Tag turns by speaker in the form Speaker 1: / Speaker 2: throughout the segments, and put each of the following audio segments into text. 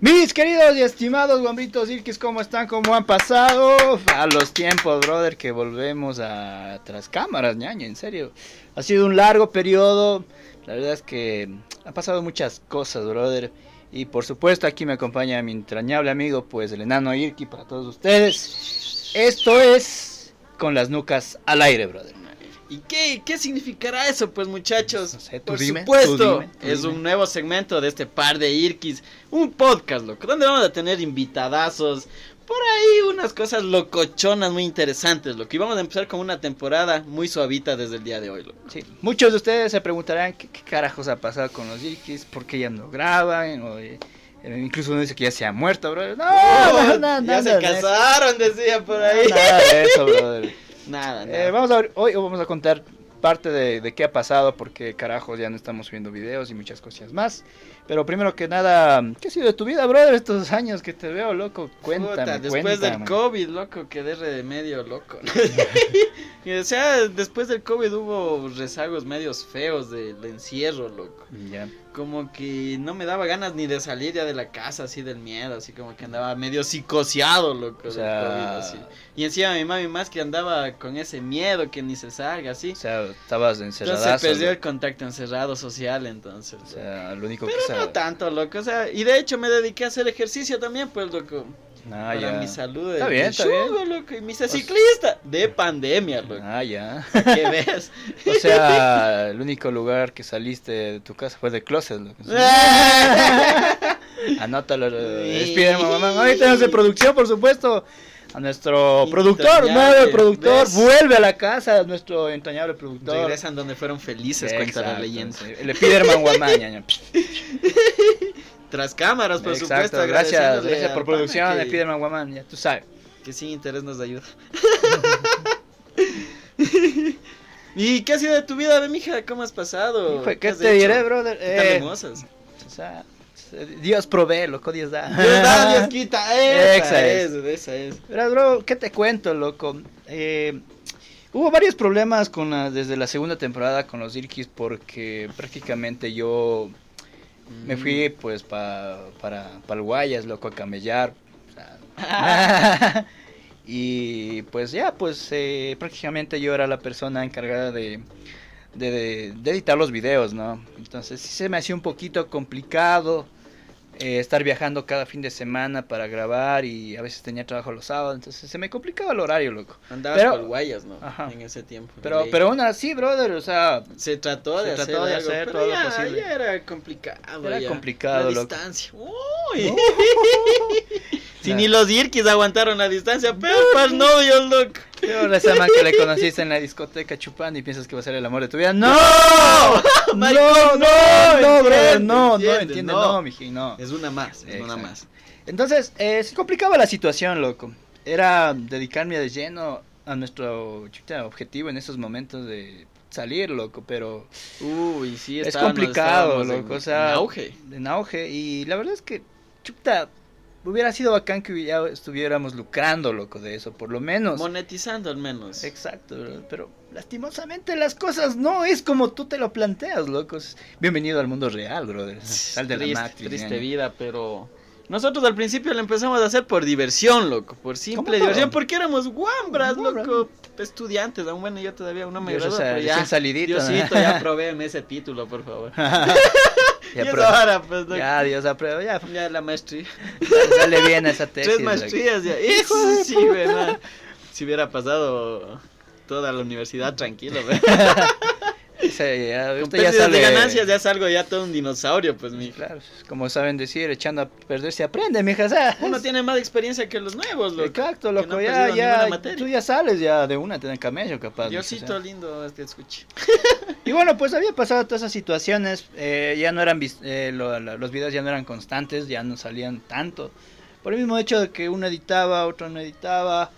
Speaker 1: Mis queridos y estimados guambritos irquis, ¿cómo están? ¿Cómo han pasado? A los tiempos, brother, que volvemos a tras cámaras, ñaña, en serio. Ha sido un largo periodo. La verdad es que ha pasado muchas cosas, brother. Y por supuesto, aquí me acompaña mi entrañable amigo, pues el enano Irki para todos ustedes. Esto es con las nucas al aire, brother.
Speaker 2: ¿Y qué, qué significará eso, pues muchachos?
Speaker 1: No sé, tú
Speaker 2: Por
Speaker 1: dime,
Speaker 2: supuesto,
Speaker 1: tú dime, tú
Speaker 2: es
Speaker 1: dime.
Speaker 2: un nuevo segmento de este par de Irkis, un podcast, loco, donde vamos a tener invitadazos, por ahí unas cosas locochonas muy interesantes, loco, y vamos a empezar con una temporada muy suavita desde el día de hoy, loco.
Speaker 1: Sí, muchos de ustedes se preguntarán qué, qué carajos ha pasado con los Irkis, por qué ya no graban, o, eh, incluso uno dice que ya se ha muerto, brother. No, no, no,
Speaker 2: ya
Speaker 1: no,
Speaker 2: se
Speaker 1: no, no.
Speaker 2: casaron, decía por ahí.
Speaker 1: Nada de eso, brother.
Speaker 2: Nada, nada.
Speaker 1: Eh, vamos a ver, hoy vamos a contar parte de, de qué ha pasado, porque carajos ya no estamos subiendo videos y muchas cosas más. Pero primero que nada, ¿qué ha sido de tu vida, brother, estos años que te veo, loco? Cuéntame,
Speaker 2: Puta, después
Speaker 1: cuéntame.
Speaker 2: del COVID, loco, quedé re de medio, loco. Y, o sea, después del COVID hubo rezagos medios feos del encierro, loco.
Speaker 1: Ya.
Speaker 2: Como que no me daba ganas ni de salir ya de la casa, así del miedo, así como que andaba medio psicoseado, loco.
Speaker 1: O
Speaker 2: del
Speaker 1: sea-
Speaker 2: COVID, así. Y encima mi mami más que andaba con ese miedo que ni se salga, así.
Speaker 1: O sea, estabas
Speaker 2: Entonces
Speaker 1: encerradazo.
Speaker 2: perdió
Speaker 1: ¿no?
Speaker 2: el contacto encerrado social, entonces.
Speaker 1: O
Speaker 2: loco.
Speaker 1: sea, lo único
Speaker 2: Pero
Speaker 1: que sabe.
Speaker 2: no tanto, loco. O sea, y de hecho me dediqué a hacer ejercicio también, pues, loco.
Speaker 1: Ah,
Speaker 2: para
Speaker 1: ya.
Speaker 2: mi salud.
Speaker 1: Está
Speaker 2: de-
Speaker 1: bien,
Speaker 2: de
Speaker 1: está bien.
Speaker 2: chugo, loco, y me hice ciclista de pandemia, loco.
Speaker 1: Ah, ya.
Speaker 2: ¿Qué ves?
Speaker 1: O sea, el único lugar que saliste de tu casa fue de closet, loco. Anótalo, eh,
Speaker 2: Sí.
Speaker 1: Spiderman, mamá. Ahorita tenemos de producción, por supuesto. A nuestro
Speaker 2: Entrañable,
Speaker 1: productor, nuevo productor,
Speaker 2: ¿ves?
Speaker 1: vuelve a la casa, nuestro entrañable productor.
Speaker 2: Regresan donde fueron felices, cuenta
Speaker 1: Exacto,
Speaker 2: la leyenda.
Speaker 1: sí. El Spiderman Guamán, ñaña.
Speaker 2: Tras cámaras, por
Speaker 1: Exacto,
Speaker 2: supuesto.
Speaker 1: gracias,
Speaker 2: agradeciéndole
Speaker 1: gracias
Speaker 2: al
Speaker 1: por
Speaker 2: pana
Speaker 1: producción,
Speaker 2: que-
Speaker 1: Spiderman Guamán, ya tú sabes.
Speaker 2: Que sin interés nos ayuda. ¿Y qué ha sido de tu vida, mija? ¿Cómo has pasado?
Speaker 1: Hijo, ¿Qué
Speaker 2: has
Speaker 1: te
Speaker 2: hecho?
Speaker 1: diré, brother?
Speaker 2: ¿Qué tan
Speaker 1: Eh,
Speaker 2: hermosas?
Speaker 1: o sea, Dios provee, loco, Dios da.
Speaker 2: ¿Verdad, Dios quita?
Speaker 1: Esa
Speaker 2: Esa
Speaker 1: es.
Speaker 2: es, esa es.
Speaker 1: Verás, bro, ¿qué te cuento, loco? Eh, hubo varios problemas con la- desde la segunda temporada con los Irkis porque prácticamente yo
Speaker 2: Mm.
Speaker 1: me fui pues pa- para para el Guayas, loco, a camellar. o sea, y pues ya, pues eh, prácticamente yo era la persona encargada de, de- de- de editar los videos, ¿no? Entonces sí se me hacía un poquito complicado eh, estar viajando cada fin de semana para grabar y a veces tenía trabajo los sábados, entonces se me complicaba el horario, loco.
Speaker 2: Andabas
Speaker 1: Pero-
Speaker 2: por Guayas, ¿no?
Speaker 1: Ajá.
Speaker 2: En ese tiempo.
Speaker 1: Pero,
Speaker 2: Ley.
Speaker 1: pero aún así, brother, o sea,
Speaker 2: Se trató
Speaker 1: Se
Speaker 2: de hacer,
Speaker 1: trató de
Speaker 2: algo,
Speaker 1: hacer
Speaker 2: pero
Speaker 1: todo lo
Speaker 2: ya,
Speaker 1: posible.
Speaker 2: ya era complicado.
Speaker 1: Era
Speaker 2: ya.
Speaker 1: complicado,
Speaker 2: La
Speaker 1: loco.
Speaker 2: distancia. Uy. si ni los Irkis aguantaron la distancia, pero para el novio, loco.
Speaker 1: peor esa man que le conociste en la discoteca chupando y piensas que va a ser el amor de tu vida. ¡No! no, no, no,
Speaker 2: entiende,
Speaker 1: brother, no, no,
Speaker 2: entiende,
Speaker 1: entiende,
Speaker 2: no.
Speaker 1: no, miji, no.
Speaker 2: Es una más, es
Speaker 1: Exacto.
Speaker 2: una más.
Speaker 1: Entonces, eh, se complicaba la situación, loco. Era dedicarme de lleno a nuestro chuta, objetivo en esos momentos de salir, loco, pero
Speaker 2: Uy, sí,
Speaker 1: Es
Speaker 2: estábamos-
Speaker 1: complicado,
Speaker 2: estábamos en-
Speaker 1: loco, o sea-
Speaker 2: en auge.
Speaker 1: en auge. Y la verdad es que, chuta, hubiera sido bacán que ya estuviéramos lucrando, loco, de eso, por lo menos.
Speaker 2: Monetizando al menos.
Speaker 1: Exacto, bro, pero lastimosamente las cosas no es como tú te lo planteas, locos. Bienvenido al mundo real, brother. Sal de
Speaker 2: triste,
Speaker 1: la matriz.
Speaker 2: triste
Speaker 1: ñaño.
Speaker 2: vida, pero nosotros al principio lo empezamos a hacer por diversión, loco, por
Speaker 1: Como
Speaker 2: simple
Speaker 1: todo.
Speaker 2: diversión, porque éramos guambras,
Speaker 1: Guambras.
Speaker 2: loco, estudiantes, aún bueno, yo todavía aún no me
Speaker 1: Dios,
Speaker 2: gradué,
Speaker 1: o sea,
Speaker 2: pero
Speaker 1: recién
Speaker 2: ya,
Speaker 1: salidito,
Speaker 2: Diosito,
Speaker 1: ¿no?
Speaker 2: ya provéeme ese título, por favor.
Speaker 1: Ya,
Speaker 2: y es
Speaker 1: pero-
Speaker 2: ahora, pues, loco, ya.
Speaker 1: ya, Dios aprueba, ya.
Speaker 2: la maestría,
Speaker 1: Sale bien esa tesis.
Speaker 2: tres
Speaker 1: loco.
Speaker 2: maestrías ya, eso sí, ¿verdad? Si hubiera pasado toda la universidad tranquilo, ¿verdad?
Speaker 1: Sí, ya,
Speaker 2: Con
Speaker 1: usted ya
Speaker 2: pérdidas
Speaker 1: sale-
Speaker 2: de ganancias ya salgo ya todo un dinosaurio, pues, mi
Speaker 1: Claro, es como saben decir, echando a perder se aprende, mija. ¿sabes?
Speaker 2: Uno tiene más experiencia que los nuevos, loco.
Speaker 1: Exacto,
Speaker 2: que
Speaker 1: loco,
Speaker 2: no han
Speaker 1: ya,
Speaker 2: perdido
Speaker 1: ya,
Speaker 2: ninguna materia.
Speaker 1: tú ya sales ya de una, te dan camello capaz. mija, o sea.
Speaker 2: Diosito lindo, este escuche.
Speaker 1: Y bueno, pues había pasado todas esas situaciones, eh, ya no eran, vis- eh, lo- lo- los videos ya no eran constantes, ya no salían tanto. Por el mismo hecho de que uno editaba, otro no editaba.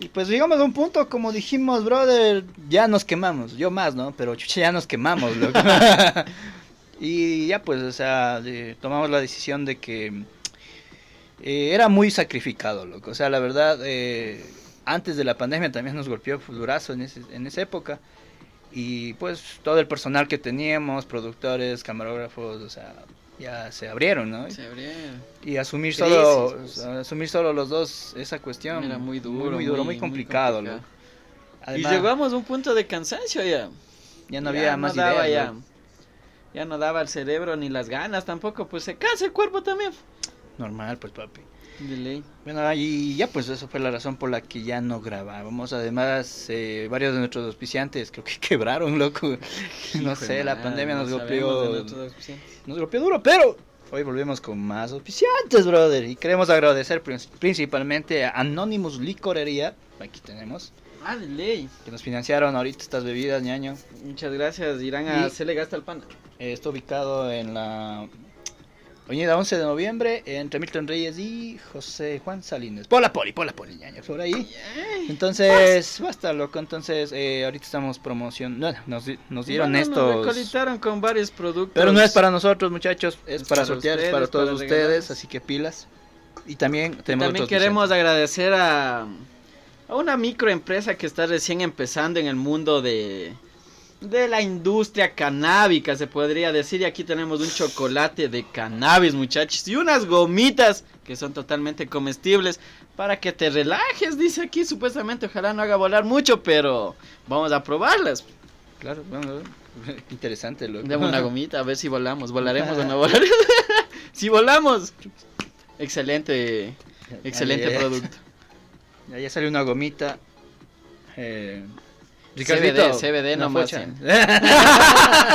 Speaker 1: Y pues llegamos a un punto, como dijimos, brother, ya nos quemamos. Yo más, ¿no? Pero chucha, ya nos quemamos, loco. y ya pues, o sea, de- tomamos la decisión de que eh, era muy sacrificado, loco. O sea, la verdad, eh, antes de la pandemia también nos golpeó durazo en, ese- en esa época. Y pues todo el personal que teníamos, productores, camarógrafos, o sea, ya se abrieron, ¿no?
Speaker 2: Se abrieron.
Speaker 1: Y asumir
Speaker 2: Crisis,
Speaker 1: solo
Speaker 2: pues.
Speaker 1: asumir solo los dos esa cuestión
Speaker 2: Era muy duro.
Speaker 1: muy, duro, muy complicado,
Speaker 2: complicado.
Speaker 1: loco. Además,
Speaker 2: Y llegamos a un punto de cansancio ya.
Speaker 1: ya no había más
Speaker 2: daba
Speaker 1: ideas,
Speaker 2: ya.
Speaker 1: loco.
Speaker 2: Ya no daba el cerebro ni las ganas tampoco, pues se cansa el cuerpo también.
Speaker 1: normal pues papi.
Speaker 2: De ley.
Speaker 1: Bueno, y ya pues esa fue la razón por la que ya no grabábamos. Además, eh, varios de nuestros auspiciantes creo que quebraron, loco. no
Speaker 2: Hijo de
Speaker 1: sé, la
Speaker 2: madre,
Speaker 1: pandemia
Speaker 2: no
Speaker 1: nos
Speaker 2: sabemos de
Speaker 1: golpeó,
Speaker 2: nuestros auspiciantes.
Speaker 1: nos golpeó duro, pero hoy volvemos con más auspiciantes, brother. Y queremos agradecer prin- principalmente a Anonymous Licorería, aquí tenemos,
Speaker 2: Ah, de ley.
Speaker 1: que nos financiaron ahorita estas bebidas, ñaño.
Speaker 2: Muchas gracias, Irán. A
Speaker 1: Y-
Speaker 2: se le gasta el pana.
Speaker 1: Eh, está ubicado en la avenida 11 de noviembre, entre Milton Reyes y José Juan Salines. Por la poli, por la poli, ñaño, por ahí. Entonces, basta, loco. Entonces, eh, ahorita estamos promoción. No, nos, di- nos dieron
Speaker 2: Bueno, Nos
Speaker 1: estos.
Speaker 2: recolitaron con varios productos.
Speaker 1: Pero no es para nosotros, muchachos. Es,
Speaker 2: Es
Speaker 1: para,
Speaker 2: para
Speaker 1: sortear, es
Speaker 2: ustedes,
Speaker 1: para todos
Speaker 2: para
Speaker 1: ustedes.
Speaker 2: regalarles.
Speaker 1: Así que pilas. Y también tenemos
Speaker 2: También
Speaker 1: otros
Speaker 2: queremos
Speaker 1: mensajes.
Speaker 2: agradecer a, a una microempresa que está recién empezando en el mundo de, de la industria canábica, se podría decir. Y aquí tenemos un chocolate de cannabis, muchachos, y unas gomitas que son totalmente comestibles para que te relajes, dice aquí supuestamente. Ojalá no haga volar mucho, pero vamos a probarlas.
Speaker 1: Claro, bueno, bueno, interesante, loco.
Speaker 2: Dame una gomita, a ver si volamos. ¿Volaremos o no volaremos? si volamos. Excelente, excelente
Speaker 1: Ay, ay, ay.
Speaker 2: producto.
Speaker 1: Ya, ya salió una gomita. Eh,
Speaker 2: CBD, CBD
Speaker 1: una
Speaker 2: nomás,
Speaker 1: focha.
Speaker 2: sí.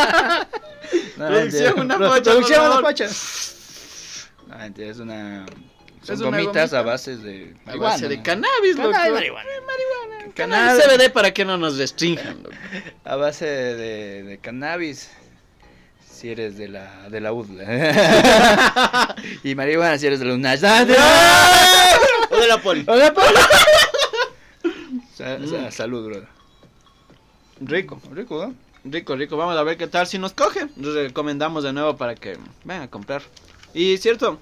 Speaker 1: No,
Speaker 2: Producción,
Speaker 1: mentira.
Speaker 2: una
Speaker 1: Pro-
Speaker 2: focha,
Speaker 1: Producción,
Speaker 2: por
Speaker 1: una
Speaker 2: favor.
Speaker 1: focha. No, mentira, es una. Son
Speaker 2: Es una
Speaker 1: gomitas
Speaker 2: gomita.
Speaker 1: a bases de.
Speaker 2: A base de
Speaker 1: ¿no?
Speaker 2: cannabis, loco.
Speaker 1: Cannabis, marihuana.
Speaker 2: Cannabis
Speaker 1: Cannabis.
Speaker 2: CBD para que no nos restrinjan, loco.
Speaker 1: A base de, de cannabis. Si eres de la, de la UD. E. y marihuana si eres de la UNAS.
Speaker 2: O de la poli.
Speaker 1: Hola, Pablo. Sa- sa-
Speaker 2: Mm.
Speaker 1: Salud, bro.
Speaker 2: Rico,
Speaker 1: Rico, ¿eh? ¿no?
Speaker 2: rico, rico. Vamos a ver qué tal si nos coge. Les recomendamos de nuevo para que vengan a comprar. Y cierto,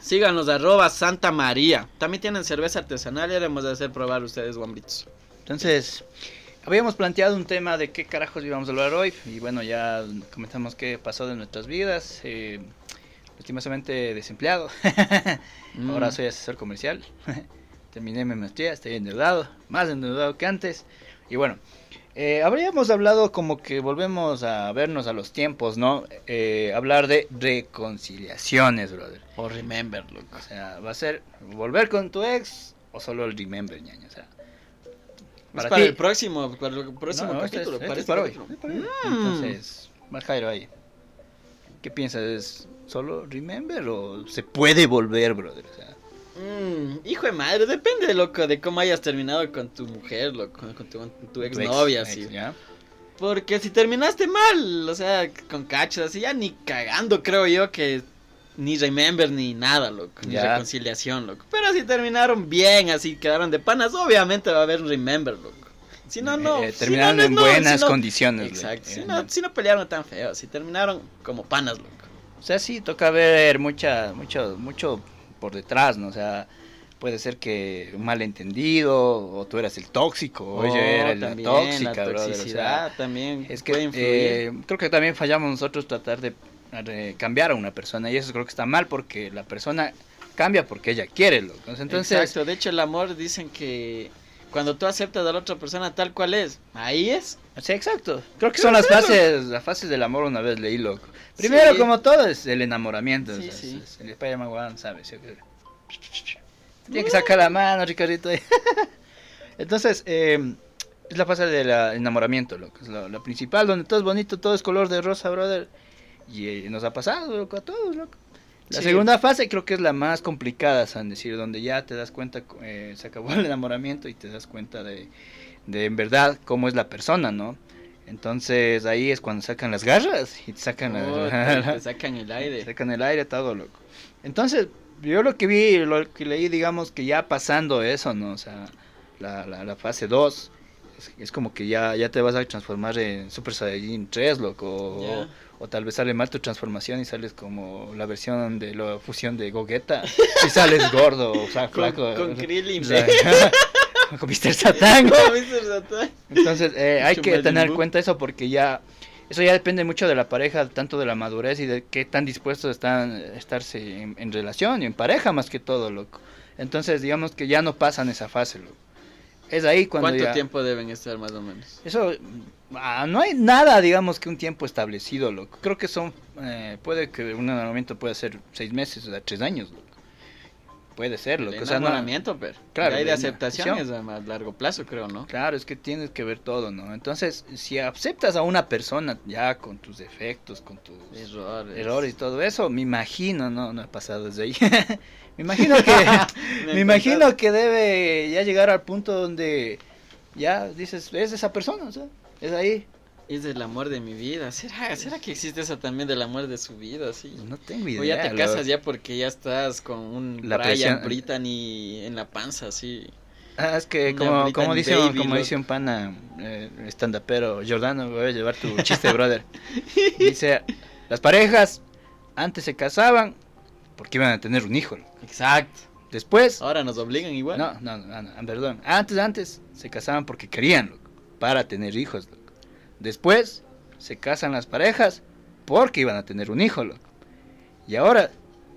Speaker 2: síganos arroba Santa María. También tienen cerveza artesanal y haremos de hacer probar ustedes guambitos.
Speaker 1: Entonces, habíamos planteado un tema de qué carajos íbamos a hablar hoy. Y bueno, ya comentamos qué pasó de nuestras vidas. Eh, lastimosamente desempleado. Ahora
Speaker 2: Mm.
Speaker 1: soy asesor comercial. Terminé mi maestría, estoy endeudado, más endeudado que antes. Y bueno, eh, habríamos hablado como que volvemos a vernos a los tiempos, ¿no? Eh, hablar de reconciliaciones, brother.
Speaker 2: O remember, loco.
Speaker 1: O sea, va a ser volver con tu ex o solo el remember, ñaño. O sea,
Speaker 2: Para,
Speaker 1: Para
Speaker 2: para
Speaker 1: ti.
Speaker 2: el próximo, para el próximo
Speaker 1: no, no, este es-
Speaker 2: capítulo.
Speaker 1: este
Speaker 2: para
Speaker 1: es
Speaker 2: este
Speaker 1: para hoy.
Speaker 2: capítulo.
Speaker 1: Este es para hoy.
Speaker 2: Mm.
Speaker 1: Entonces, más Jairo ahí. ¿Qué piensas? ¿Es solo remember o se puede volver, brother? O sea,
Speaker 2: Mm, hijo de madre, depende, loco, de cómo hayas terminado con tu mujer, loco, con tu, con tu exnovia,
Speaker 1: ex,
Speaker 2: así.
Speaker 1: ¿ya?
Speaker 2: Porque si terminaste mal, o sea, con cachos, así, ya ni cagando, creo yo que ni remember ni nada, loco, ni
Speaker 1: Ya.
Speaker 2: reconciliación, loco. Pero si terminaron bien, así, quedaron de panas, obviamente va a haber un remember, loco. Si no, no.
Speaker 1: Eh,
Speaker 2: si
Speaker 1: terminaron
Speaker 2: no, no,
Speaker 1: en
Speaker 2: no, si
Speaker 1: buenas
Speaker 2: no-
Speaker 1: condiciones. güey.
Speaker 2: Exacto, si
Speaker 1: Eh,
Speaker 2: no, si no pelearon tan feo, si terminaron como panas, loco.
Speaker 1: O sea, sí, toca ver mucha, mucho, mucho por detrás, ¿no? O sea, puede ser que un malentendido, o tú eras el tóxico, o
Speaker 2: Oh,
Speaker 1: ella era la
Speaker 2: también,
Speaker 1: tóxica,
Speaker 2: la
Speaker 1: brother, o sea,
Speaker 2: toxicidad también
Speaker 1: es que
Speaker 2: puede influir.
Speaker 1: eh, creo que también fallamos nosotros tratar de eh, cambiar a una persona, y eso creo que está mal porque la persona cambia porque ella quiere, loco. Entonces,
Speaker 2: Exacto, de hecho el amor dicen que cuando tú aceptas a la otra persona tal cual es, ahí es.
Speaker 1: Sí, exacto. Creo que son las fases, las fases del amor una vez leí, loco. Primero,
Speaker 2: Sí.
Speaker 1: como todo, es el enamoramiento.
Speaker 2: Sí,
Speaker 1: o sea,
Speaker 2: sí.
Speaker 1: es- es El Spider-Man One, ¿sabes? Yo creo. Tiene que sacar la mano, Ricardito. Entonces, eh, es la fase del ah, enamoramiento, loco. Es la, la principal, donde todo es bonito, todo es color de rosa, brother. Y eh, nos ha pasado, loco, a todos, loco. La
Speaker 2: Sí.
Speaker 1: segunda fase creo que es la más complicada, San, decir, donde ya te das cuenta, eh, se acabó el enamoramiento y te das cuenta de, de en verdad cómo es la persona, ¿no? Entonces ahí es cuando sacan las garras y te sacan, la-
Speaker 2: Oh, te, te sacan el aire.
Speaker 1: sacan el aire, todo loco. Entonces, yo lo que vi, lo que leí, digamos que ya pasando eso, ¿no? O sea, la, la, la fase 2, es, es como que ya, ya te vas a transformar en Super Saiyajin 3, loco.
Speaker 2: Ya.
Speaker 1: O, o tal vez sale mal tu transformación y sales como la versión de la fusión de Gogeta. Y sales gordo, o sea,
Speaker 2: Con,
Speaker 1: flaco.
Speaker 2: con Krillin.
Speaker 1: O sea, con Mr. Satán.
Speaker 2: Con Mr. Satan.
Speaker 1: Entonces, eh, hay
Speaker 2: Mucho
Speaker 1: que
Speaker 2: Majin
Speaker 1: tener en
Speaker 2: Buu.
Speaker 1: cuenta eso porque ya Eso ya depende mucho de la pareja, tanto de la madurez y de qué tan dispuestos están a estarse en, en relación y en pareja más que todo, loco. Entonces, digamos que ya no pasan esa fase, loco. Es ahí cuando
Speaker 2: ¿Cuánto
Speaker 1: ya-
Speaker 2: tiempo deben estar más o menos?
Speaker 1: Eso, ah, no hay nada, digamos, que un tiempo establecido, loco. Creo que son, eh, puede que un enamoramiento pueda ser seis meses, o sea, tres años, loco. Puede ser,
Speaker 2: de
Speaker 1: loco. O sea, no-
Speaker 2: enamoramiento, pero.
Speaker 1: Claro,
Speaker 2: Ya hay de
Speaker 1: de
Speaker 2: aceptación, es
Speaker 1: aceptación.
Speaker 2: a más largo plazo, creo, ¿no?
Speaker 1: Claro, es que tienes que ver todo, ¿no? Entonces, si aceptas a una persona ya con tus defectos, con tus
Speaker 2: Errores.
Speaker 1: errores y todo eso, me imagino, no, no he pasado desde ahí. me imagino que, me imagino que debe ya llegar al punto donde ya dices, es esa persona, o sea, es ahí.
Speaker 2: Es del amor de mi vida. ¿Será, será que existe eso también del amor de su vida? Sí.
Speaker 1: No tengo idea.
Speaker 2: O ya te
Speaker 1: loco.
Speaker 2: casas ya porque ya estás con un
Speaker 1: La
Speaker 2: Brian
Speaker 1: presión-
Speaker 2: Brittany en la panza, sí.
Speaker 1: Ah, es que
Speaker 2: Una
Speaker 1: como,
Speaker 2: Brittany
Speaker 1: como dice,
Speaker 2: baby,
Speaker 1: como
Speaker 2: loco.
Speaker 1: dice un pana eh, estandapero, Jordano, voy a llevar tu chiste, brother. Dice, las parejas antes se casaban porque iban a tener un hijo. loco.
Speaker 2: Exacto.
Speaker 1: Después,
Speaker 2: Ahora nos obligan igual.
Speaker 1: no, no, no, no, perdón, antes, antes se casaban porque querían, loco, para tener hijos. Loco. Después se casan las parejas porque iban a tener un hijo, loco. Y ahora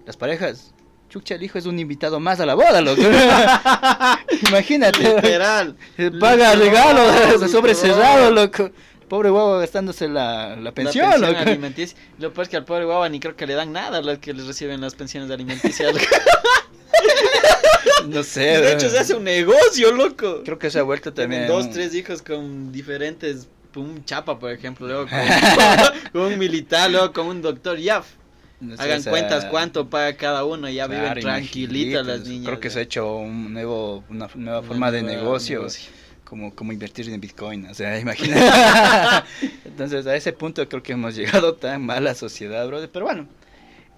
Speaker 1: las parejas, chucha, el hijo es un invitado más a la boda, loco. Imagínate. loco.
Speaker 2: Literal.
Speaker 1: Eh, Paga
Speaker 2: Literal,
Speaker 1: regalos, sobre
Speaker 2: literal.
Speaker 1: cerrado, loco. Pobre huevo gastándose la, la pensión,
Speaker 2: La pensión
Speaker 1: loco.
Speaker 2: alimenticia. Lo peor es que al pobre guava ni creo que le dan nada los que les reciben las pensiones alimenticias. loco.
Speaker 1: No sé,
Speaker 2: de hecho,
Speaker 1: bro.
Speaker 2: se hace un negocio, loco.
Speaker 1: Creo que se ha vuelto
Speaker 2: Tienen
Speaker 1: también.
Speaker 2: dos,
Speaker 1: un-
Speaker 2: tres hijos con diferentes. Un chapa, por ejemplo, luego con, con un militar, luego con un doctor. Ya,
Speaker 1: no sé,
Speaker 2: hagan
Speaker 1: o sea,
Speaker 2: cuentas cuánto paga cada uno. Ya
Speaker 1: claro,
Speaker 2: viven tranquilitas las
Speaker 1: imaginitas.
Speaker 2: niñas.
Speaker 1: Creo que
Speaker 2: ya.
Speaker 1: se ha hecho un nuevo, una f- nueva
Speaker 2: Una
Speaker 1: forma de
Speaker 2: nueva-
Speaker 1: negocio,
Speaker 2: negocio.
Speaker 1: Como, como invertir en Bitcoin, o sea, imagina. Entonces, a ese punto creo que hemos llegado tan mal a la sociedad, brother. Pero bueno,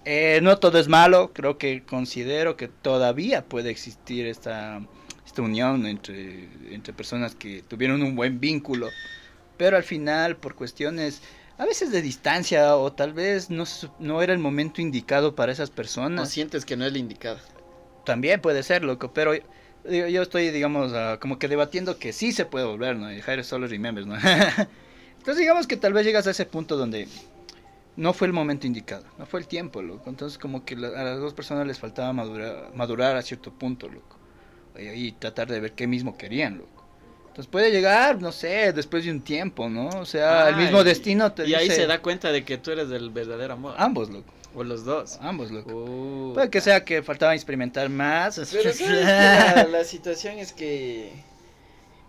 Speaker 1: eh, no todo es malo. Creo que considero que todavía puede existir esta, esta unión entre, entre personas que tuvieron un buen vínculo. Pero al final, por cuestiones a veces de distancia o tal vez no, se su- no era el momento indicado para esas
Speaker 2: No
Speaker 1: personas.
Speaker 2: sientes que no es la indicada.
Speaker 1: También puede ser, loco, pero yo, yo estoy, digamos, ah, como que debatiendo que sí se puede volver, ¿no? Y Jairo solo remembers, ¿no? Entonces digamos que tal vez llegas a ese punto donde no fue el momento indicado, no fue el tiempo, loco. Entonces como que la- a las dos personas les faltaba madurar, madurar a cierto punto, loco. Y, y tratar de ver qué mismo querían, loco. Entonces puede llegar, no sé, después de un tiempo, ¿no? O sea, el
Speaker 2: Ah,
Speaker 1: mismo
Speaker 2: y-
Speaker 1: destino te
Speaker 2: Y
Speaker 1: dice...
Speaker 2: ahí se da cuenta de que tú eres el verdadero amor.
Speaker 1: Ambos, loco.
Speaker 2: O los dos.
Speaker 1: Ambos, loco.
Speaker 2: Uh,
Speaker 1: Ah, Puede que sea que faltaba experimentar más.
Speaker 2: Pero ¿sabes qué? la, la situación es que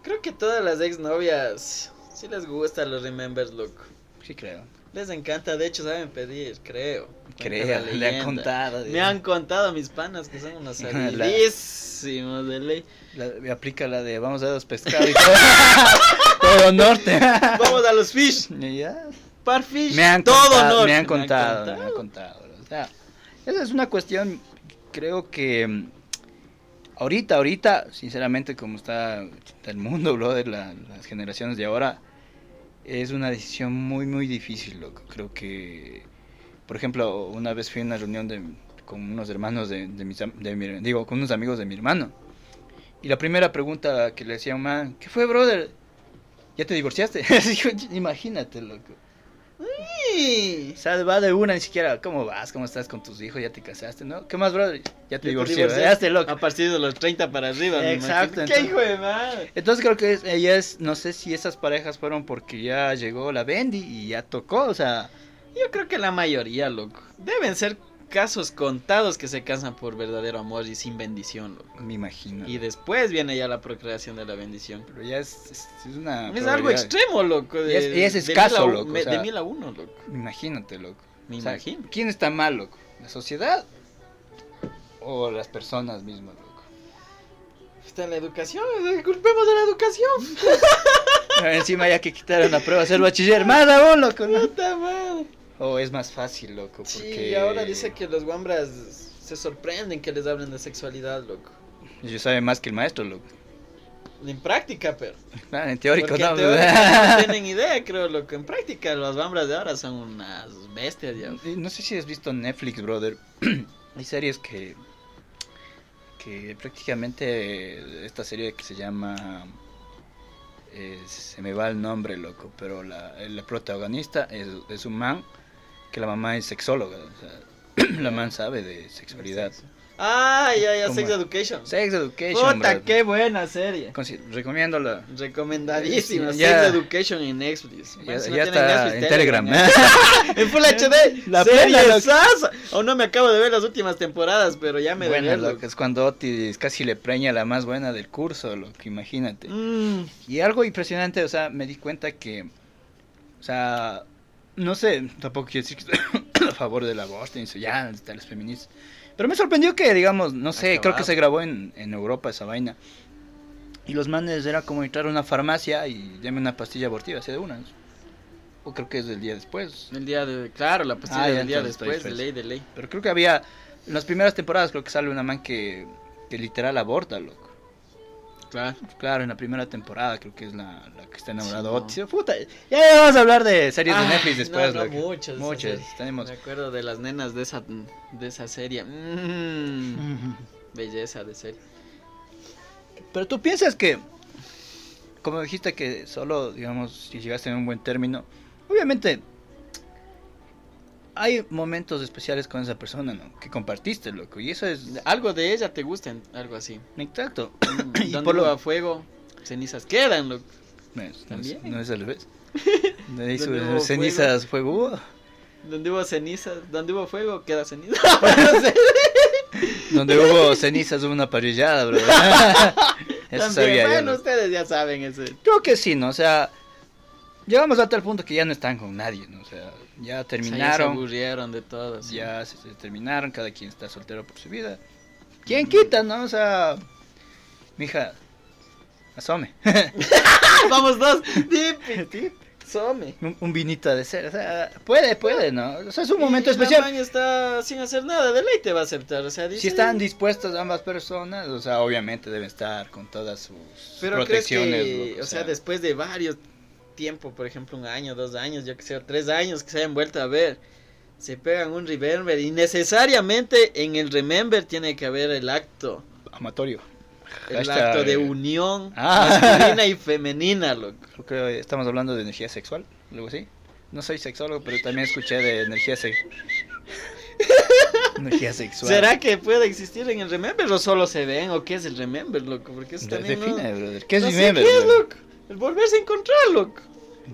Speaker 2: creo que todas las exnovias sí les gusta los remembers, loco.
Speaker 1: Sí, creo.
Speaker 2: Les encanta, de hecho saben pedir, creo. Cuenta la
Speaker 1: Creo, le han
Speaker 2: leyenda.
Speaker 1: contado.
Speaker 2: Me han contado mis panas que son unos
Speaker 1: La-
Speaker 2: habilisimos de ley.
Speaker 1: La- aplica la de vamos a dos pescados y todo, todo norte.
Speaker 2: Vamos a los fish,
Speaker 1: Y ya.
Speaker 2: parfish,
Speaker 1: Me han
Speaker 2: todo
Speaker 1: contado,
Speaker 2: norte.
Speaker 1: me han contado, me han contado. O sea, esa es una cuestión, creo que mm, ahorita, ahorita, sinceramente, como está el mundo, brother, la- las generaciones de ahora, es una decisión muy, muy difícil, loco. Creo que, por ejemplo, una vez fui a una reunión de, con unos hermanos de, de mis, am- de mi- digo, con unos amigos de mi hermano. Y la primera pregunta que le hacían, man, ¿qué fue, brother? ¿Ya te divorciaste? Dijo, Imagínate, loco.
Speaker 2: Sí.
Speaker 1: O sea, va de una, ni siquiera, ¿cómo vas? ¿Cómo estás con tus hijos? ¿Ya te casaste? ¿No? ¿Qué más, brother? Ya te divorciaste,
Speaker 2: A
Speaker 1: loco.
Speaker 2: partir de los 30 para arriba. me
Speaker 1: Exacto,
Speaker 2: imagino. ¿Qué
Speaker 1: entonces-
Speaker 2: hijo de madre?
Speaker 1: Entonces creo que es, ella es, no sé si esas parejas fueron porque ya llegó la Bendy y ya tocó, o sea,
Speaker 2: Yo creo que la mayoría, loco. Deben ser casos contados que se casan por verdadero amor y sin bendición, loco.
Speaker 1: me imagino.
Speaker 2: Y después viene ya la procreación de la bendición.
Speaker 1: Pero ya es, es- es una...
Speaker 2: es algo
Speaker 1: probabilidad.
Speaker 2: extremo, loco. de-
Speaker 1: Y es- y es
Speaker 2: de mil
Speaker 1: escaso,
Speaker 2: a un-
Speaker 1: loco,
Speaker 2: me-
Speaker 1: o sea.
Speaker 2: de mil a uno, loco.
Speaker 1: Imagínate, loco.
Speaker 2: Me
Speaker 1: O sea,
Speaker 2: imagino.
Speaker 1: ¿Quién está mal, loco? ¿La sociedad? ¿O las personas mismas, loco?
Speaker 2: Está en la educación, eh, culpemos a la educación.
Speaker 1: Encima ya que quitaron la prueba, ser bachiller, más aún, loco. ¿no?
Speaker 2: Puta madre.
Speaker 1: O es más fácil, loco, porque...
Speaker 2: Sí, y ahora dice que los guambras se sorprenden que les hablen de sexualidad, loco.
Speaker 1: Yo sabe más que el maestro, loco.
Speaker 2: En práctica, pero.
Speaker 1: Ah, en teórico,
Speaker 2: Porque
Speaker 1: no.
Speaker 2: en teoría no tienen idea, creo, loco. En práctica, los bambras de ahora son unas bestias ya.
Speaker 1: Y No sé si has visto Netflix, brother. Hay series que. que prácticamente. Esta serie que se llama. eh, se me va el nombre, loco, pero la, la protagonista es, es un man que la mamá es sexóloga. O sea, la man sabe de sexualidad.
Speaker 2: Ah, ya, ya,
Speaker 1: ¿Cómo
Speaker 2: Sex
Speaker 1: es?
Speaker 2: Education.
Speaker 1: Sex Education.
Speaker 2: Puta,
Speaker 1: bro.
Speaker 2: qué buena serie.
Speaker 1: Consi- Recomiéndola.
Speaker 2: Recomendadísima.
Speaker 1: Ya.
Speaker 2: Sex Education en Netflix.
Speaker 1: Ya,
Speaker 2: Bueno, si no
Speaker 1: ya
Speaker 2: tienen
Speaker 1: está
Speaker 2: Netflix,
Speaker 1: en Telegram.
Speaker 2: ¿eh? en Full HD.
Speaker 1: La
Speaker 2: La
Speaker 1: pena, loco.
Speaker 2: serie sasa. Aún no me acabo de ver las últimas temporadas, pero ya me
Speaker 1: Bueno,
Speaker 2: deberlo.
Speaker 1: loco, es cuando Otis casi le preña a la más buena del curso, loco, imagínate.
Speaker 2: Mm,
Speaker 1: Y algo impresionante, o sea, me di cuenta que, o sea, no sé, tampoco quiero decir que estoy a favor del aborto, y eso, ya, están los feministas. Pero me sorprendió que, digamos, no sé, creo que
Speaker 2: Acabado.
Speaker 1: se grabó en, en Europa esa vaina. Y los manes era como entrar a una farmacia y dame una pastilla abortiva, así de una. O creo que es del día después.
Speaker 2: el día de. Claro, la pastilla
Speaker 1: Ah, ya,
Speaker 2: del día
Speaker 1: entonces estoy
Speaker 2: después, de
Speaker 1: fresco.
Speaker 2: ley, de ley.
Speaker 1: Pero creo que había, en las primeras temporadas creo que sale una man que, que literal aborta, loco.
Speaker 2: Claro.
Speaker 1: Claro, en la primera temporada creo que es la, la que está enamorada
Speaker 2: Sí,
Speaker 1: de
Speaker 2: no.
Speaker 1: Otis. Puta, ya vamos a hablar de series de
Speaker 2: Ah,
Speaker 1: Netflix después.
Speaker 2: no, no,
Speaker 1: loco.
Speaker 2: muchas,
Speaker 1: Muchas,
Speaker 2: sí.
Speaker 1: tenemos.
Speaker 2: Me acuerdo de las nenas de esa, de esa serie. Mm, belleza de serie.
Speaker 1: Pero tú piensas que, como dijiste que solo, digamos, si llegaste a un buen término, obviamente hay momentos especiales con esa persona, ¿no? Que compartiste, loco. Y eso es...
Speaker 2: Algo de ella te gusta, algo así.
Speaker 1: Exacto.
Speaker 2: Mm,
Speaker 1: Y
Speaker 2: Donde
Speaker 1: por lo-
Speaker 2: hubo fuego, cenizas quedan. Lo...
Speaker 1: No es, no es,
Speaker 2: También.
Speaker 1: no es al revés. De ahí
Speaker 2: ¿Dónde
Speaker 1: sobre
Speaker 2: hubo
Speaker 1: las
Speaker 2: fuego?
Speaker 1: cenizas fue uh. hubo.
Speaker 2: Donde hubo cenizas, donde hubo fuego, queda ceniza. No sé.
Speaker 1: Donde hubo cenizas hubo una parrillada, bro. Eso
Speaker 2: También,
Speaker 1: sabía yo,
Speaker 2: bueno,
Speaker 1: loco.
Speaker 2: ustedes ya saben ese.
Speaker 1: Creo que sí, ¿no? O sea, llegamos a tal punto que ya no están con nadie, ¿no? O sea, ya
Speaker 2: O sea, ya se
Speaker 1: terminaron,
Speaker 2: aburrieron de todo. sí.
Speaker 1: ya se, se terminaron, cada quien está soltero por su vida. ¿Quién quita, no? O sea, mija, asome.
Speaker 2: ¡Ah, vamos dos. Dipi, some.
Speaker 1: un, un vinito de ser, o sea, puede, puede, ¿no? O sea, es un momento
Speaker 2: Y la
Speaker 1: especial.
Speaker 2: man está sin hacer nada, de ley te va a aceptar. O sea, dice,
Speaker 1: Si están dispuestas ambas personas, o sea, obviamente deben estar con todas sus
Speaker 2: Pero crees
Speaker 1: protecciones.
Speaker 2: que,
Speaker 1: loco,
Speaker 2: o sea, después de varios tiempo, por ejemplo, un año, dos años, yo que sé, o tres años que se hayan vuelto a ver, se pegan un remember y necesariamente en el remember tiene que haber el acto,
Speaker 1: amatorio.
Speaker 2: el
Speaker 1: Hashtag.
Speaker 2: acto de unión
Speaker 1: Ah.
Speaker 2: masculina y femenina, loco.
Speaker 1: Creo que estamos hablando de energía sexual, algo así. No soy sexólogo, pero también escuché de energía sexual. energía sexual.
Speaker 2: ¿Será que puede existir en el remember o solo se ven o qué es el remember, loco? Porque eso
Speaker 1: De-
Speaker 2: también no-
Speaker 1: define, brother. ¿Qué es
Speaker 2: no sé
Speaker 1: remember,
Speaker 2: qué es,
Speaker 1: brother?
Speaker 2: loco. El volverse a encontrar, loco.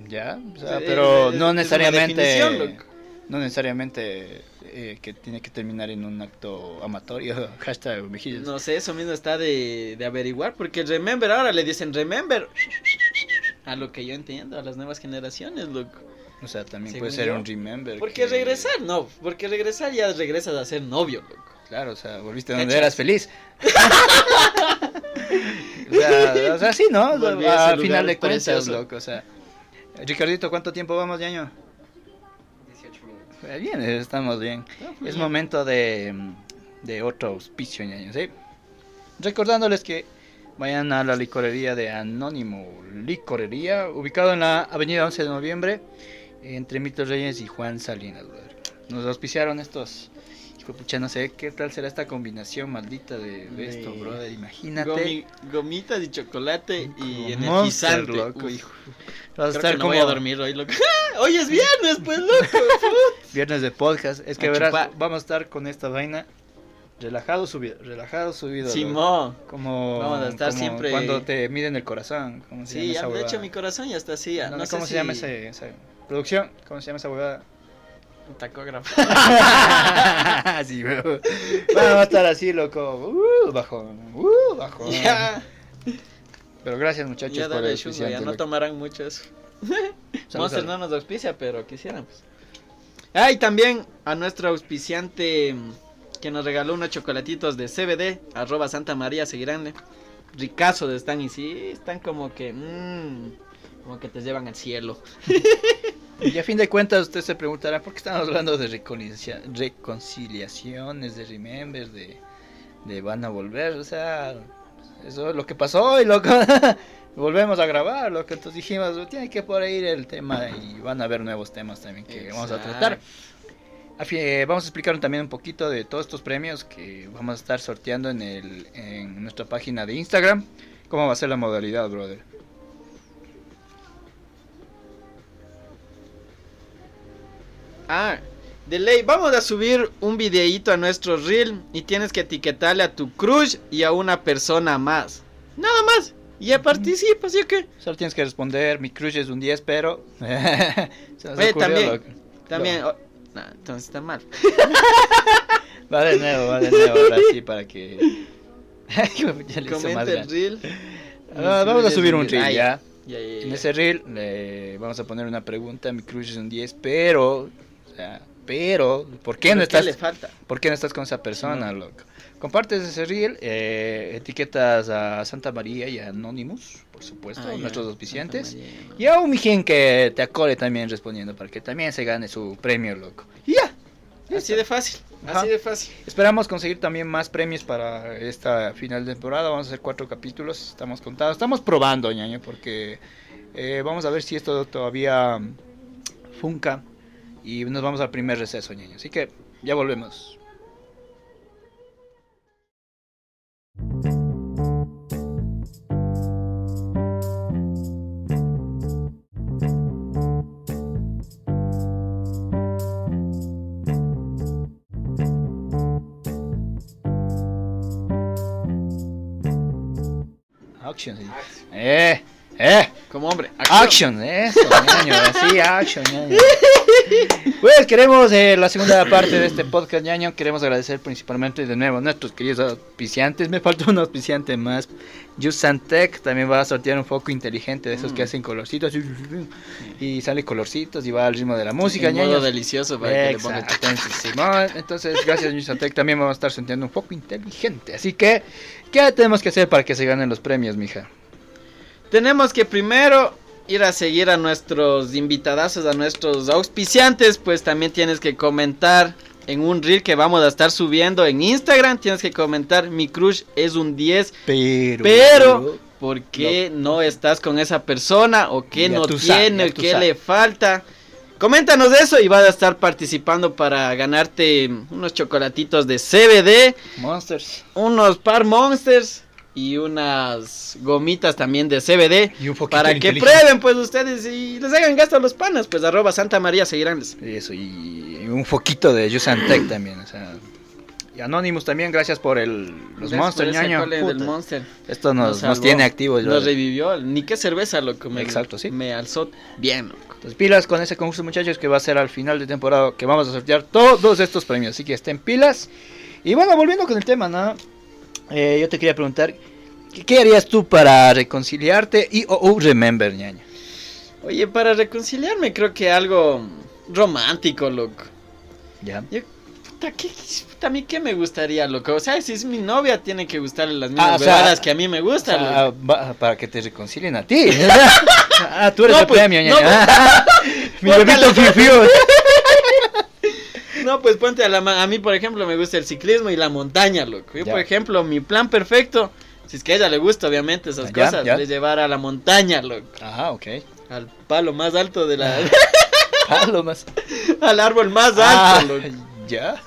Speaker 1: Ya, o sea,
Speaker 2: Es-
Speaker 1: pero
Speaker 2: es- es
Speaker 1: no
Speaker 2: una definición,
Speaker 1: necesariamente.
Speaker 2: loco.
Speaker 1: No necesariamente eh, que tiene que terminar en un acto amatorio. Hashtag mejillas.
Speaker 2: No sé, eso mismo está de, de averiguar, porque el remember ahora le dicen remember. A lo que yo entiendo, a las nuevas generaciones, loco.
Speaker 1: O sea, también
Speaker 2: Según
Speaker 1: puede ser
Speaker 2: yo.
Speaker 1: un remember.
Speaker 2: Porque
Speaker 1: que-
Speaker 2: regresar, no, porque regresar ya regresas a ser novio, loco.
Speaker 1: Claro, o sea, volviste donde
Speaker 2: ¿Cachas?
Speaker 1: eras feliz. o, sea, o sea, sí, ¿no? O sea,
Speaker 2: Volví a ese
Speaker 1: al final
Speaker 2: lugar
Speaker 1: de cuentas,
Speaker 2: precioso.
Speaker 1: loco, o sea. Ricardito, ¿cuánto tiempo vamos de año?
Speaker 2: Ah,
Speaker 3: 18 minutos.
Speaker 1: Eh, Bien, estamos bien.
Speaker 2: pues
Speaker 1: Es momento de, mm, de otro auspicio, ñaño, ¿sí? Recordándoles que vayan a la licorería de Anónimo Licorería, ubicado en la avenida 11 de noviembre, entre Milton Reyes y Juan Salinas, brother. Nos auspiciaron estos. Hijo de pucha, no sé qué tal será esta combinación maldita de, de esto,
Speaker 2: De-
Speaker 1: brother. Imagínate.
Speaker 2: Gomi- gomitas y chocolate y
Speaker 1: Como Monster,
Speaker 2: energizante.
Speaker 1: loco,
Speaker 2: Uy,
Speaker 1: hijo. Vas a
Speaker 2: creo
Speaker 1: estar
Speaker 2: que no
Speaker 1: como
Speaker 2: voy a dormir hoy, loco. hoy es viernes, pues, loco.
Speaker 1: Viernes de podcast. Es que
Speaker 2: A
Speaker 1: verás,
Speaker 2: chupar.
Speaker 1: vamos a estar con esta vaina. Relajado, subido. Relajado, subido. loco.
Speaker 2: Simón.
Speaker 1: Como,
Speaker 2: Vamos a estar
Speaker 1: como
Speaker 2: siempre-
Speaker 1: Cuando te miden el corazón. ¿cómo se
Speaker 2: Sí,
Speaker 1: llama
Speaker 2: ya
Speaker 1: esa
Speaker 2: de hecho
Speaker 1: huevada?
Speaker 2: mi corazón ya está así. ya,
Speaker 1: No,
Speaker 2: No,
Speaker 1: no,
Speaker 2: sé
Speaker 1: ¿Cómo
Speaker 2: si-
Speaker 1: se llama ese, esa producción? ¿Cómo se llama esa huevada?
Speaker 2: Un tacógrafo.
Speaker 1: sí, huevo. Bueno, va a estar así, loco. Uh, bajón. Uh, bajón.
Speaker 2: ya,
Speaker 1: Pero gracias, muchachos,
Speaker 2: ya
Speaker 1: por el
Speaker 2: dale chungo, ya
Speaker 1: auspiciante,
Speaker 2: no
Speaker 1: loco.
Speaker 2: tomarán mucho eso.
Speaker 1: Saludos
Speaker 2: Monster
Speaker 1: a-
Speaker 2: no nos auspicia, pero quisiéramos. Ah, y también a nuestro auspiciante mm, que nos regaló unos chocolatitos de CBD, arroba Santa María, seguiránle. Ricazo de están y sí, están como que... mm, como que te llevan al cielo.
Speaker 1: Y a fin de cuentas, usted se preguntará por qué estamos hablando de reconcilia- reconciliaciones, de remembers, de, de van a volver. O sea, eso es lo que pasó hoy, loco. Volvemos a grabar, lo que entonces dijimos, tiene que por ahí ir el tema y van a haber nuevos temas también que vamos a tratar. A fin- eh, vamos a explicar también un poquito de todos estos premios que vamos a estar sorteando en, el, en nuestra página de Instagram. ¿Cómo va a ser la modalidad, brother?
Speaker 2: Ah, de ley, vamos a subir un videíto a nuestro reel y tienes que etiquetarle a tu crush y a una persona más. Nada más. Y ya participas, ¿sí o qué?
Speaker 1: Solo tienes que responder, mi crush es un 10, pero... Se nos
Speaker 2: Oye,
Speaker 1: ocurrió
Speaker 2: también.
Speaker 1: loco.
Speaker 2: También... oh, no, entonces está mal.
Speaker 1: Va de nuevo, va de nuevo, ahora sí, para que... ya le hizo más
Speaker 2: Comenta el
Speaker 1: ganas.
Speaker 2: reel.
Speaker 1: Ah, vamos a subir un
Speaker 2: reel. Ah,
Speaker 1: reel, ya.
Speaker 2: ya, ya, ya,
Speaker 1: En
Speaker 2: ya.
Speaker 1: ese reel le vamos a poner una pregunta, mi crush es un 10, pero... O sea, pero... ¿Por qué no
Speaker 2: ¿Pero
Speaker 1: estás...?
Speaker 2: le falta?
Speaker 1: ¿Por qué no estás con esa persona, loco? Compartes ese reel, eh, etiquetas a Santa María y a Anonymous, por supuesto,
Speaker 2: Ah, ya.
Speaker 1: nuestros auspiciantes.
Speaker 2: Santa María, no.
Speaker 1: Y a un mijín que te acole también respondiendo para que también se gane su premio, loco. Y ya.
Speaker 2: Así de fácil.
Speaker 1: Ajá.
Speaker 2: Así de fácil.
Speaker 1: Esperamos conseguir también más premios para esta final de temporada. Vamos a hacer cuatro capítulos, estamos contados. Estamos probando, ñaño, porque eh, vamos a ver si esto todavía mm, funca. Y nos vamos al primer receso, ñaño. Así que ya volvemos. Action, señor. Eh, eh.
Speaker 2: Como hombre.
Speaker 1: Action, eso, ñaño, así, action, ñaño. Pues queremos eh, la segunda parte de este podcast, ñaño. Queremos agradecer principalmente de nuevo a nuestros queridos auspiciantes. Me faltó un auspiciante más. Jusantec también va a sortear un foco inteligente de esos que
Speaker 2: Mm.
Speaker 1: hacen colorcitos. Y sale colorcitos y va al ritmo de la música,
Speaker 2: En modo
Speaker 1: ñaño.
Speaker 2: delicioso para que le ponga
Speaker 1: Exacto, entonces, Simón. Entonces, gracias Jusantec también vamos a estar sorteando un foco inteligente. Así que, ¿qué tenemos que hacer para que se ganen los premios, mija?
Speaker 2: Tenemos que primero ir a seguir a nuestros invitadazos, a nuestros auspiciantes, pues también tienes que comentar en un reel que vamos a estar subiendo en Instagram, tienes que comentar mi crush es un 10,
Speaker 1: Pero...
Speaker 2: pero ¿por qué no, estás con esa persona o
Speaker 1: Ya
Speaker 2: qué no
Speaker 1: tú sabes,
Speaker 2: tiene,
Speaker 1: ya tú
Speaker 2: qué
Speaker 1: sabes.
Speaker 2: le falta? Coméntanos eso y vas a estar participando para ganarte unos chocolatitos de CBD
Speaker 1: Monsters.
Speaker 2: unos par monsters y unas gomitas también de CBD
Speaker 1: Y un poquito
Speaker 2: para que prueben pues ustedes y les hagan gasto a los panas, pues arroba Santa María seguiránles.
Speaker 1: Eso, y un foquito de Jusantec también, o sea. Y Anonymous también, gracias por el, los
Speaker 2: Gracias por
Speaker 1: Monsters,
Speaker 2: ese
Speaker 1: ñaño.
Speaker 2: cole del
Speaker 1: Puta,
Speaker 2: Monster.
Speaker 1: Esto nos, nos
Speaker 2: salvó,
Speaker 1: tiene activos.
Speaker 2: Nos
Speaker 1: brother.
Speaker 2: revivió, ni qué cerveza loco, me,
Speaker 1: Exacto, sí.
Speaker 2: me alzó bien loco.
Speaker 1: Entonces, pilas con ese concurso, muchachos, que va a ser al final de temporada, que vamos a sortear todos estos premios. Así que estén pilas. Y bueno, volviendo con el tema, ¿no? Eh, yo te quería preguntar, ¿qué, qué harías tú para reconciliarte y o o remember, ñaño?
Speaker 2: Oye, para reconciliarme creo que algo romántico loco.
Speaker 1: ¿Ya?
Speaker 2: Puta, ¿qué- puta, a mí qué me gustaría loco, o sea, si es mi novia tiene que gustarle las mismas
Speaker 1: Ah, o sea,
Speaker 2: huevadas que a mí me gustan. loco.
Speaker 1: Ah, va- para que te reconcilien a ti. ah, tú eres
Speaker 2: No,
Speaker 1: el
Speaker 2: pues,
Speaker 1: premio,
Speaker 2: no,
Speaker 1: ñaño.
Speaker 2: pues.
Speaker 1: Ah, Mi
Speaker 2: Porque
Speaker 1: bebito fiu fiu.
Speaker 2: No, pues ponte a la ma- A mí, por ejemplo, me gusta el ciclismo y la montaña, loco. Yo,
Speaker 1: Ya.
Speaker 2: por ejemplo, mi plan perfecto, si es que a ella le gusta, obviamente, esas
Speaker 1: Ah, ya,
Speaker 2: cosas,
Speaker 1: ya.
Speaker 2: es llevar a la montaña, loco.
Speaker 1: Ajá, ok.
Speaker 2: Al palo más alto de la.
Speaker 1: Palomas.
Speaker 2: al árbol más alto,
Speaker 1: Ah,
Speaker 2: loco.
Speaker 1: ya.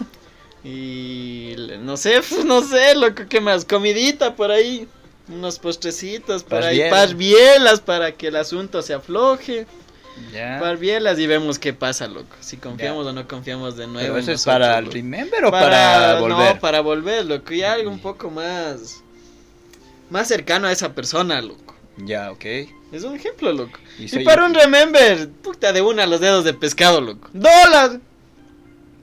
Speaker 2: Y. le- No sé, pues, no sé, loco, ¿qué más? Comidita por ahí. Unos postrecitos por ahí.
Speaker 1: Parvielas.
Speaker 2: Parvielas para que el asunto se afloje.
Speaker 1: Ya.
Speaker 2: Parvielas y vemos qué pasa, loco. Si confiamos o no confiamos de nuevo.
Speaker 1: Pero
Speaker 2: en
Speaker 1: eso es
Speaker 2: nosotros,
Speaker 1: para el
Speaker 2: loco.
Speaker 1: remember o para, volver.
Speaker 2: No, para volver, loco. Y algo un poco más. Más cercano a esa persona, loco.
Speaker 1: Ya, ok.
Speaker 2: Es un ejemplo, loco.
Speaker 1: Y
Speaker 2: Y,
Speaker 1: soy-
Speaker 2: para un remember, puta de una los dedos de pescado, loco. ¡Dólar!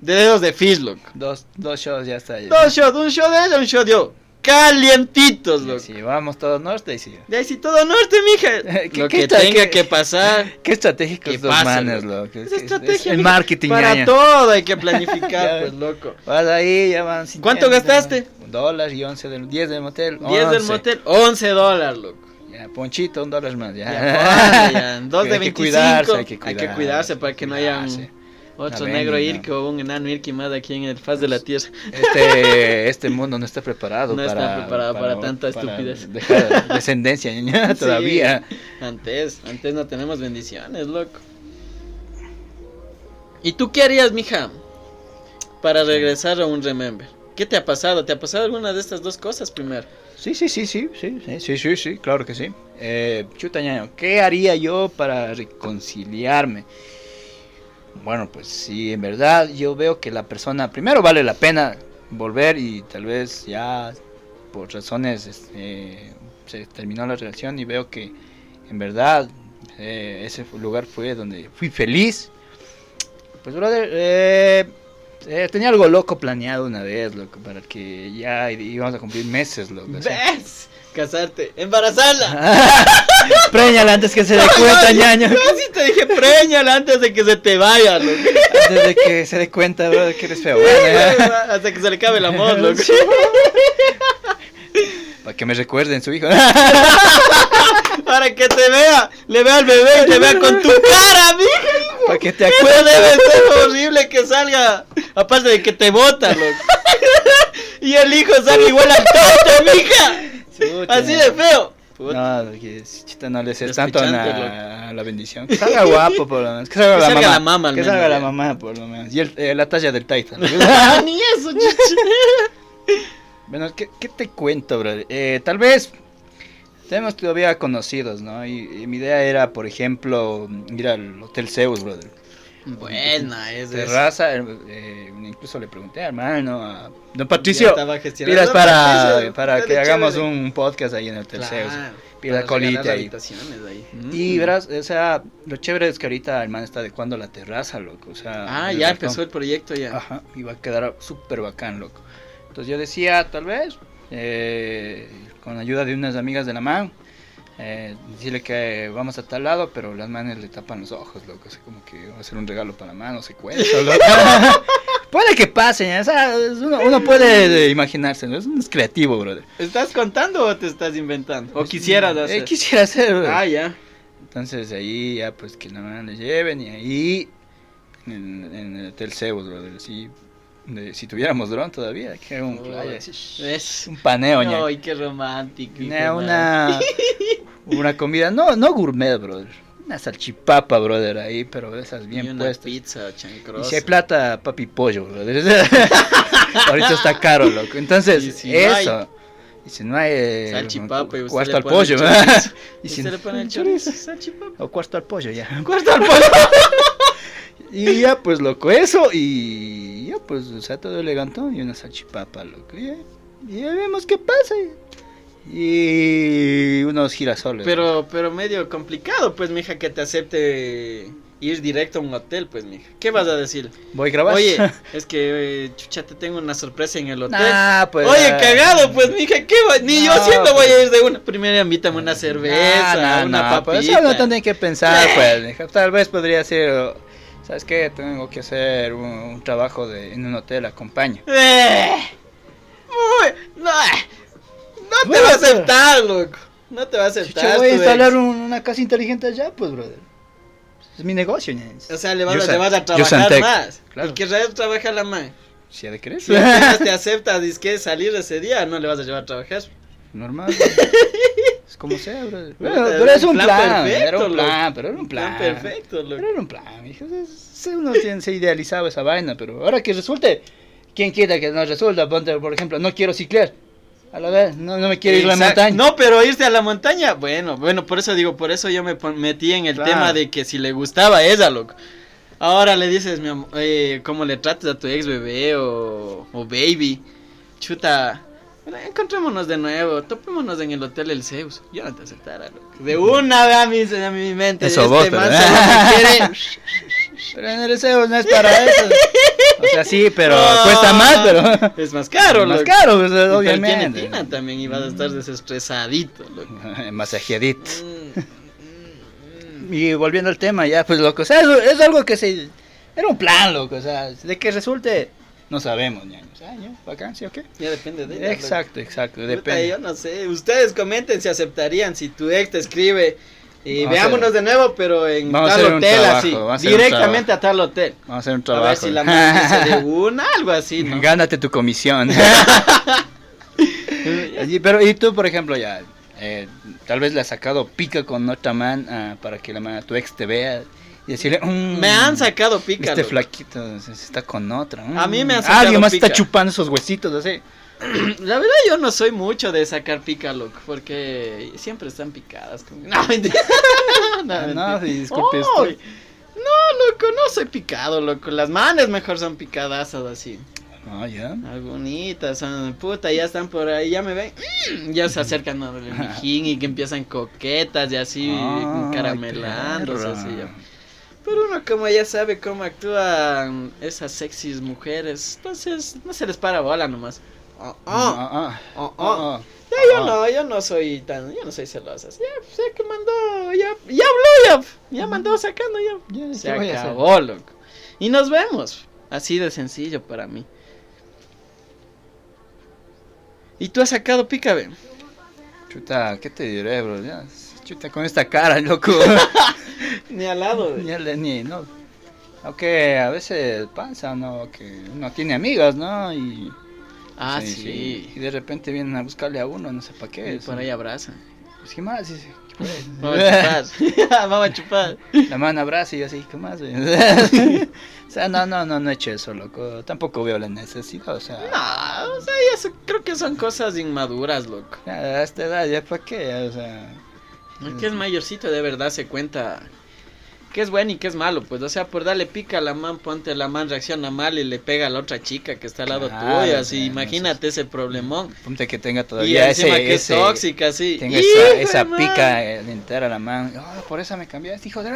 Speaker 2: De dedos de fish, loco.
Speaker 1: Dos, dos shows ya está. Ya.
Speaker 2: Dos shots, un shot de ella, un shot yo. Calientitos, loco.
Speaker 1: Si vamos todos norte y sí.
Speaker 2: De ahí sí todo norte, mija.
Speaker 1: ¿Qué-
Speaker 2: Lo
Speaker 1: qué
Speaker 2: que
Speaker 1: tal
Speaker 2: tenga
Speaker 1: que-
Speaker 2: que pasar.
Speaker 1: Qué estratégicos
Speaker 2: Que
Speaker 1: dos
Speaker 2: pase,
Speaker 1: manes,
Speaker 2: loco.
Speaker 1: loco.
Speaker 2: Es
Speaker 1: que-
Speaker 2: estrategia.
Speaker 1: el
Speaker 2: mija.
Speaker 1: marketing,
Speaker 2: Para
Speaker 1: ñaña.
Speaker 2: todo hay que
Speaker 1: Ya
Speaker 2: planificar, pues,
Speaker 1: ves.
Speaker 2: loco.
Speaker 1: Vas ahí, ya van.
Speaker 2: ¿Cuánto
Speaker 1: 50,
Speaker 2: gastaste?
Speaker 1: Un dólar y once del... Diez del motel.
Speaker 2: 10 del
Speaker 1: once.
Speaker 2: motel, 11 dólares, loco.
Speaker 1: Ya, ponchito, un dólar más. Ya.
Speaker 2: Ya, ponle, ya. Dos de
Speaker 1: Hay que
Speaker 2: 25.
Speaker 1: cuidarse, hay que
Speaker 2: Hay
Speaker 1: cuidarse.
Speaker 2: que cuidarse para que no haya un-
Speaker 1: cuidarse.
Speaker 2: Otro
Speaker 1: Una
Speaker 2: negro
Speaker 1: bendiga.
Speaker 2: irque o un enano irque más aquí en el faz de la tierra.
Speaker 1: Este, este mundo no está preparado
Speaker 2: No
Speaker 1: para...
Speaker 2: está preparado para tanta estupidez.
Speaker 1: dejar descendencia, ñaña,
Speaker 2: Sí.
Speaker 1: todavía.
Speaker 2: Antes, antes no tenemos bendiciones, loco. ¿Y tú qué harías, mija? Para regresar a un remember. ¿Qué te ha pasado? ¿Te ha pasado alguna de estas dos cosas primero?
Speaker 1: Sí, sí, sí, sí, sí, sí, sí, sí, sí, claro que sí. Eh, chuta, ñaño, ¿qué haría yo para reconciliarme? Bueno, pues sí, en verdad yo veo que la persona primero vale la pena volver y tal vez ya por razones este, se terminó la relación y veo que en verdad eh, ese fu- lugar fue donde fui feliz. Pues, brother, eh, eh, tenía algo loco planeado una vez, loco, para que ya íbamos a cumplir meses, loco. o sea.
Speaker 2: ¿Ves? Casarte, embarazarla.
Speaker 1: Préñala antes que se dé Ah, cuenta, ñaño.
Speaker 2: Casi te dije preñala antes de que se te vaya, loco.
Speaker 1: Antes de que se dé cuenta, brother, que eres feo. Bueno, ¿eh? ya.
Speaker 2: Hasta que se le acabe el amor, loco.
Speaker 1: Para que me recuerden su hijo.
Speaker 2: Para que te vea, le vea al bebé y te vea con tu cara, mija.
Speaker 1: Para que te
Speaker 2: Eso
Speaker 1: acuerdes.
Speaker 2: Pues debe ser horrible que salga. Aparte de que te bota, loco. Y el hijo sale igual al tonto, mija. Así de feo. Puta,
Speaker 1: No, que chita no le sé
Speaker 2: Lo
Speaker 1: tanto a
Speaker 2: escuchaste,
Speaker 1: la, a la bendición. Que salga guapo, por lo menos. Que salga,
Speaker 2: Que
Speaker 1: la,
Speaker 2: salga
Speaker 1: mamá.
Speaker 2: la mamá, al
Speaker 1: Que
Speaker 2: menos,
Speaker 1: salga la
Speaker 2: ya.
Speaker 1: mamá, por lo menos. Y el- eh, la talla del Titan. Ah,
Speaker 2: Ni eso, chichi.
Speaker 1: bueno, ¿qué, qué te cuento, brother? Eh, tal vez tenemos todavía conocidos, ¿no? Y, y mi idea era, por ejemplo, ir al Hotel Zeus, brother.
Speaker 2: Buena, es de
Speaker 1: Terraza, eh, eh, incluso le pregunté, hermano, a don
Speaker 2: Ya
Speaker 1: Patricio.
Speaker 2: estaba gestionado.
Speaker 1: Pilas
Speaker 2: No,
Speaker 1: para,
Speaker 2: Patricio,
Speaker 1: para
Speaker 2: dale,
Speaker 1: que hagamos
Speaker 2: chévere.
Speaker 1: un podcast ahí en el Hotel Zeus.
Speaker 2: Claro,
Speaker 1: pila
Speaker 2: para
Speaker 1: colita
Speaker 2: regalar
Speaker 1: ahí.
Speaker 2: habitaciones ahí.
Speaker 1: Y
Speaker 2: Mm.
Speaker 1: verás, o sea, lo chévere es que ahorita el man está adecuando la terraza, loco. O sea,
Speaker 2: Ah,
Speaker 1: el
Speaker 2: ya
Speaker 1: balcón.
Speaker 2: empezó el proyecto ya.
Speaker 1: Ajá, y va a quedar súper bacán, loco. Entonces yo decía, tal vez, eh, con ayuda de unas amigas de la man, eh, decirle que vamos a tal lado, pero las manes le tapan los ojos, loco. Así como que va a ser un regalo para la man, no sé cuánto, loco. puede que pase, o sea, es uno, uno puede eh, imaginarse, ¿no? es, es creativo, brother.
Speaker 2: ¿Estás contando o te estás inventando? ¿O quisieras
Speaker 1: Eh,
Speaker 2: hacer?
Speaker 1: quisiera hacer, brother.
Speaker 2: ah, ya.
Speaker 1: Entonces de ahí ya pues que nada más le lleven y ahí en, en el Hotel Zeus, brother, si, de- si tuviéramos dron todavía, que era un
Speaker 2: Oh,
Speaker 1: playa,
Speaker 2: sí.
Speaker 1: así,
Speaker 2: ¿Ves?
Speaker 1: un paneo, ña.
Speaker 2: Ay, qué romántico. y qué
Speaker 1: una, una, una comida, no, no gourmet, brother, una salchipapa, brother, ahí, pero de esas
Speaker 2: mal.
Speaker 1: bien
Speaker 2: y una
Speaker 1: puestas.
Speaker 2: pizza chancrosa.
Speaker 1: Y si hay plata, papi pollo, brother. Ahorita está caro, loco. Entonces,
Speaker 2: Y si no
Speaker 1: eso.
Speaker 2: hay-
Speaker 1: y si no hay... eh,
Speaker 2: Salchipapa y usted
Speaker 1: cuarto
Speaker 2: le
Speaker 1: al
Speaker 2: pone
Speaker 1: pollo,
Speaker 2: chorizo.
Speaker 1: Y
Speaker 2: Y
Speaker 1: si
Speaker 2: se
Speaker 1: no-
Speaker 2: le pone el chorizo. Salchipapa.
Speaker 1: O cuarto al pollo, ya.
Speaker 2: Cuarto al pollo.
Speaker 1: Y ya, pues, loco, eso. Y ya, pues, o sea, todo elegantón y una salchipapa, loco. Y ya, y ya vemos qué pasa. Y unos girasoles.
Speaker 2: Pero, pero medio complicado, pues, mija, que te acepte ir directo a un hotel, pues, mija. ¿Qué vas a decir?
Speaker 1: Voy a grabar.
Speaker 2: Oye, es que, eh, chucha, te tengo una sorpresa en el hotel.
Speaker 1: Nah, pues,
Speaker 2: Oye,
Speaker 1: ah,
Speaker 2: cagado, pues, mija, ¿qué va? Ni yo
Speaker 1: No,
Speaker 2: siendo
Speaker 1: pues.
Speaker 2: voy a ir de una. Primero invítame una cerveza,
Speaker 1: Nah, nah,
Speaker 2: una
Speaker 1: nah, pues,
Speaker 2: papita.
Speaker 1: eso no tienen que pensar, pues. dije, Tal vez podría ser, oh, ¿sabes qué? Tengo que hacer un, un trabajo de, en un hotel, acompaño.
Speaker 2: Eh, muy- no, eh, no te
Speaker 1: Bueno,
Speaker 2: va a
Speaker 1: pero-
Speaker 2: aceptar, loco. No te va a aceptar.
Speaker 1: Chucha, voy a
Speaker 2: tu
Speaker 1: instalar
Speaker 2: ex.
Speaker 1: un- una casa inteligente allá, pues, brother. Es mi negocio, ña.
Speaker 2: O sea, le vas,
Speaker 1: Yo
Speaker 2: a,
Speaker 1: sa-
Speaker 2: le vas a
Speaker 1: yo
Speaker 2: trabajar
Speaker 1: Santec.
Speaker 2: más.
Speaker 1: Claro.
Speaker 2: El que rayos trabaja la man.
Speaker 1: Si ha de creer.
Speaker 2: Si apenas te acepta, que salir ese día, no le vas a llevar a trabajar.
Speaker 1: Normal. güey. es como sea, brother. Bueno,
Speaker 2: Puta,
Speaker 1: pero es un plan.
Speaker 2: perfecto,
Speaker 1: era un
Speaker 2: loco.
Speaker 1: plan, pero era un plan.
Speaker 2: perfecto, loco.
Speaker 1: Pero era un plan, hijo. Es- Uno tiene- se idealizaba esa vaina, pero ahora que resulte, ¿quién quiera que no resulta? Ponte, por ejemplo, no quiero ciclar. A la vez, no, no me quiero ir a la
Speaker 2: Exacto.
Speaker 1: montaña.
Speaker 2: No, pero irse a la montaña, bueno, bueno, por eso digo, por eso yo me pon- metí en el
Speaker 1: Claro.
Speaker 2: tema de que si le gustaba esa, loco. Ahora le dices, mi amor, eh, cómo le tratas a tu ex bebé o, o baby. Chuta, encontrémonos de nuevo, topémonos en el hotel El Zeus. Yo no te aceptara, loco. De una vez a mi, a mi mente. este
Speaker 1: Eso vos, pero- ¿eh?
Speaker 2: man solo me quiere.
Speaker 1: Pero en el deseo no es para eso. O sea, sí, pero
Speaker 2: No,
Speaker 1: cuesta más, pero.
Speaker 2: Es más caro,
Speaker 1: más
Speaker 2: loco.
Speaker 1: caro, pues,
Speaker 2: Y pero tiene
Speaker 1: obviamente. Mm.
Speaker 2: tina también y vas a estar desestresadito, loco.
Speaker 1: Masajeadito.
Speaker 2: Mm, mm, mm.
Speaker 1: Y volviendo al tema, ya, pues loco, o sea, es, es algo que se. Era un plan, loco, o sea, de que resulte. No sabemos, ñaño. O sea, ya, vacancia, ¿o qué?
Speaker 2: Ya depende de ella,
Speaker 1: Exacto, exacto,
Speaker 2: loco. Puta, Yo
Speaker 1: depende.
Speaker 2: no sé. Ustedes comenten si aceptarían si tu ex te escribe y
Speaker 1: Vamos a
Speaker 2: veámonos de nuevo, pero en
Speaker 1: vamos a
Speaker 2: tal
Speaker 1: hacer un
Speaker 2: hotel
Speaker 1: trabajo, vamos a
Speaker 2: así.
Speaker 1: hacer un
Speaker 2: Directamente a tal hotel.
Speaker 1: Vamos a hacer un
Speaker 2: A
Speaker 1: trabajo.
Speaker 2: ver si la madre dice de una, algo así, ¿no?
Speaker 1: Gánate tu comisión. Y- Pero, y tú, por ejemplo, ya, eh, tal vez le has sacado pica con otra man ah, para que la man, tu ex te vea y decirle, "Mm,
Speaker 2: Me han sacado pica.
Speaker 1: Este
Speaker 2: loco.
Speaker 1: flaquito se- se está con otra. mm".
Speaker 2: A mí me han sacado
Speaker 1: Alguien más está
Speaker 2: pica.
Speaker 1: chupando esos huesitos, así.
Speaker 2: La verdad yo no soy mucho de sacar pica, loco, porque siempre están picadas. como- No, mentira.
Speaker 1: Ah,
Speaker 2: no,
Speaker 1: no,
Speaker 2: mentira.
Speaker 1: sí, disculpe,
Speaker 2: ¡Ay! No, loco, no soy picado, loco. Las manes mejor son picadasas así.
Speaker 1: Ah, ya.
Speaker 2: Algunitas, son puta, ya están por ahí, ya me ven. mm, ya se acercan al mijín y que empiezan coquetas y así,
Speaker 1: Ah,
Speaker 2: caramelándose
Speaker 1: perra.
Speaker 2: así. ya. Pero uno como ya sabe cómo actúan esas sexys mujeres, entonces no se les para bola nomás. Oh, oh.
Speaker 1: Ah, ah,
Speaker 2: Oh, oh.
Speaker 1: ah, ah.
Speaker 2: Ya,
Speaker 1: Ah.
Speaker 2: yo no, yo no soy tan, yo no soy celosa. Ya, o sea que mandó, ya, ya habló, ya, ya mandó sacando, ya.
Speaker 1: Ya, ¿qué
Speaker 2: Se
Speaker 1: voy a hacer?
Speaker 2: acabó, loco. Y nos vemos. Así de sencillo para mí. ¿Y tú has sacado picabe?
Speaker 1: Chuta, ¿qué te diré, bro? Ya, chuta, con esta cara, loco.
Speaker 2: Ni al lado.
Speaker 1: ni, al- ni, no. Aunque a veces pasa, ¿no? Que uno tiene amigas, ¿no? Y,
Speaker 2: Ah, sí.
Speaker 1: Y de repente vienen a buscarle a uno, no sé para qué.
Speaker 2: Y
Speaker 1: sí.
Speaker 2: por ahí abraza.
Speaker 1: Pues, ¿qué más? Dice, ¿qué pues?
Speaker 2: Vamos a chupar. Vamos a chupar.
Speaker 1: La mano abraza y yo así, ¿qué más? güey? o sea, no, no, no, no he hecho eso, loco. Tampoco veo la necesidad, o sea.
Speaker 2: No, o sea, ya so- creo que son cosas inmaduras, loco.
Speaker 1: ya, A esta edad, ¿ya para qué? O sea.
Speaker 2: El que es mayorcito de verdad se cuenta que es bueno y que es malo, pues, o sea, por darle pica a la man, ponte la man reacciona mal y le pega a la otra chica que está al lado
Speaker 1: Claro,
Speaker 2: tuyo,
Speaker 1: o
Speaker 2: así,
Speaker 1: sea,
Speaker 2: imagínate ese problemón.
Speaker 1: Ponte que tenga
Speaker 2: Y
Speaker 1: todavía
Speaker 2: encima
Speaker 1: ese,
Speaker 2: que es
Speaker 1: ese-
Speaker 2: tóxica, sí.
Speaker 1: Tenga esa,
Speaker 2: ¡Hijo
Speaker 1: esa
Speaker 2: de man!
Speaker 1: pica eh, entera la mano. Ah, por eso me cambiaste, hijo de.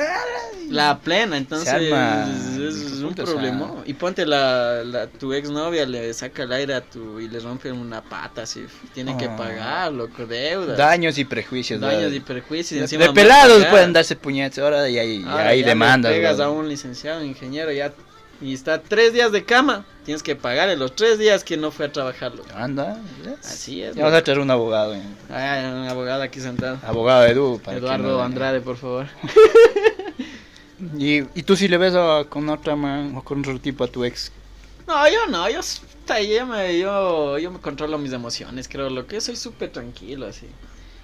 Speaker 2: La plena, entonces
Speaker 1: arma, ah.
Speaker 2: es, es
Speaker 1: hijo de
Speaker 2: un
Speaker 1: puta, o sea.
Speaker 2: problemón. Y ponte la, la tu exnovia le saca el aire a tu y le rompe una pata, así, tiene que
Speaker 1: Ah.
Speaker 2: pagar, loco, deudas.
Speaker 1: Daños y prejuicios,
Speaker 2: Daños
Speaker 1: ¿verdad?
Speaker 2: y prejuicios.
Speaker 1: De-
Speaker 2: encima
Speaker 1: de
Speaker 2: más
Speaker 1: pelados
Speaker 2: pagar.
Speaker 1: pueden darse puñetes ahora y ahí,
Speaker 2: Ahora
Speaker 1: ahí
Speaker 2: ya
Speaker 1: demandas.
Speaker 2: le pegas
Speaker 1: ¿verdad?
Speaker 2: a un licenciado un ingeniero ya y está tres días de cama. Tienes que pagarle los tres días que no fue a trabajarlo.
Speaker 1: Anda, ¿ves?
Speaker 2: Así es.
Speaker 1: Ya vamos a traer un abogado, eh.
Speaker 2: Hay un abogado aquí sentado.
Speaker 1: abogado Edu. Ah, para que
Speaker 2: Eduardo
Speaker 1: no-
Speaker 2: Andrade, por favor.
Speaker 1: ¿Y, y tú si le ves a- con otra man o con otro tipo a tu ex?
Speaker 2: No, yo no, yo, s- ta, yo, me, yo, yo me controlo mis emociones, creo. Lo que soy súper tranquilo, así.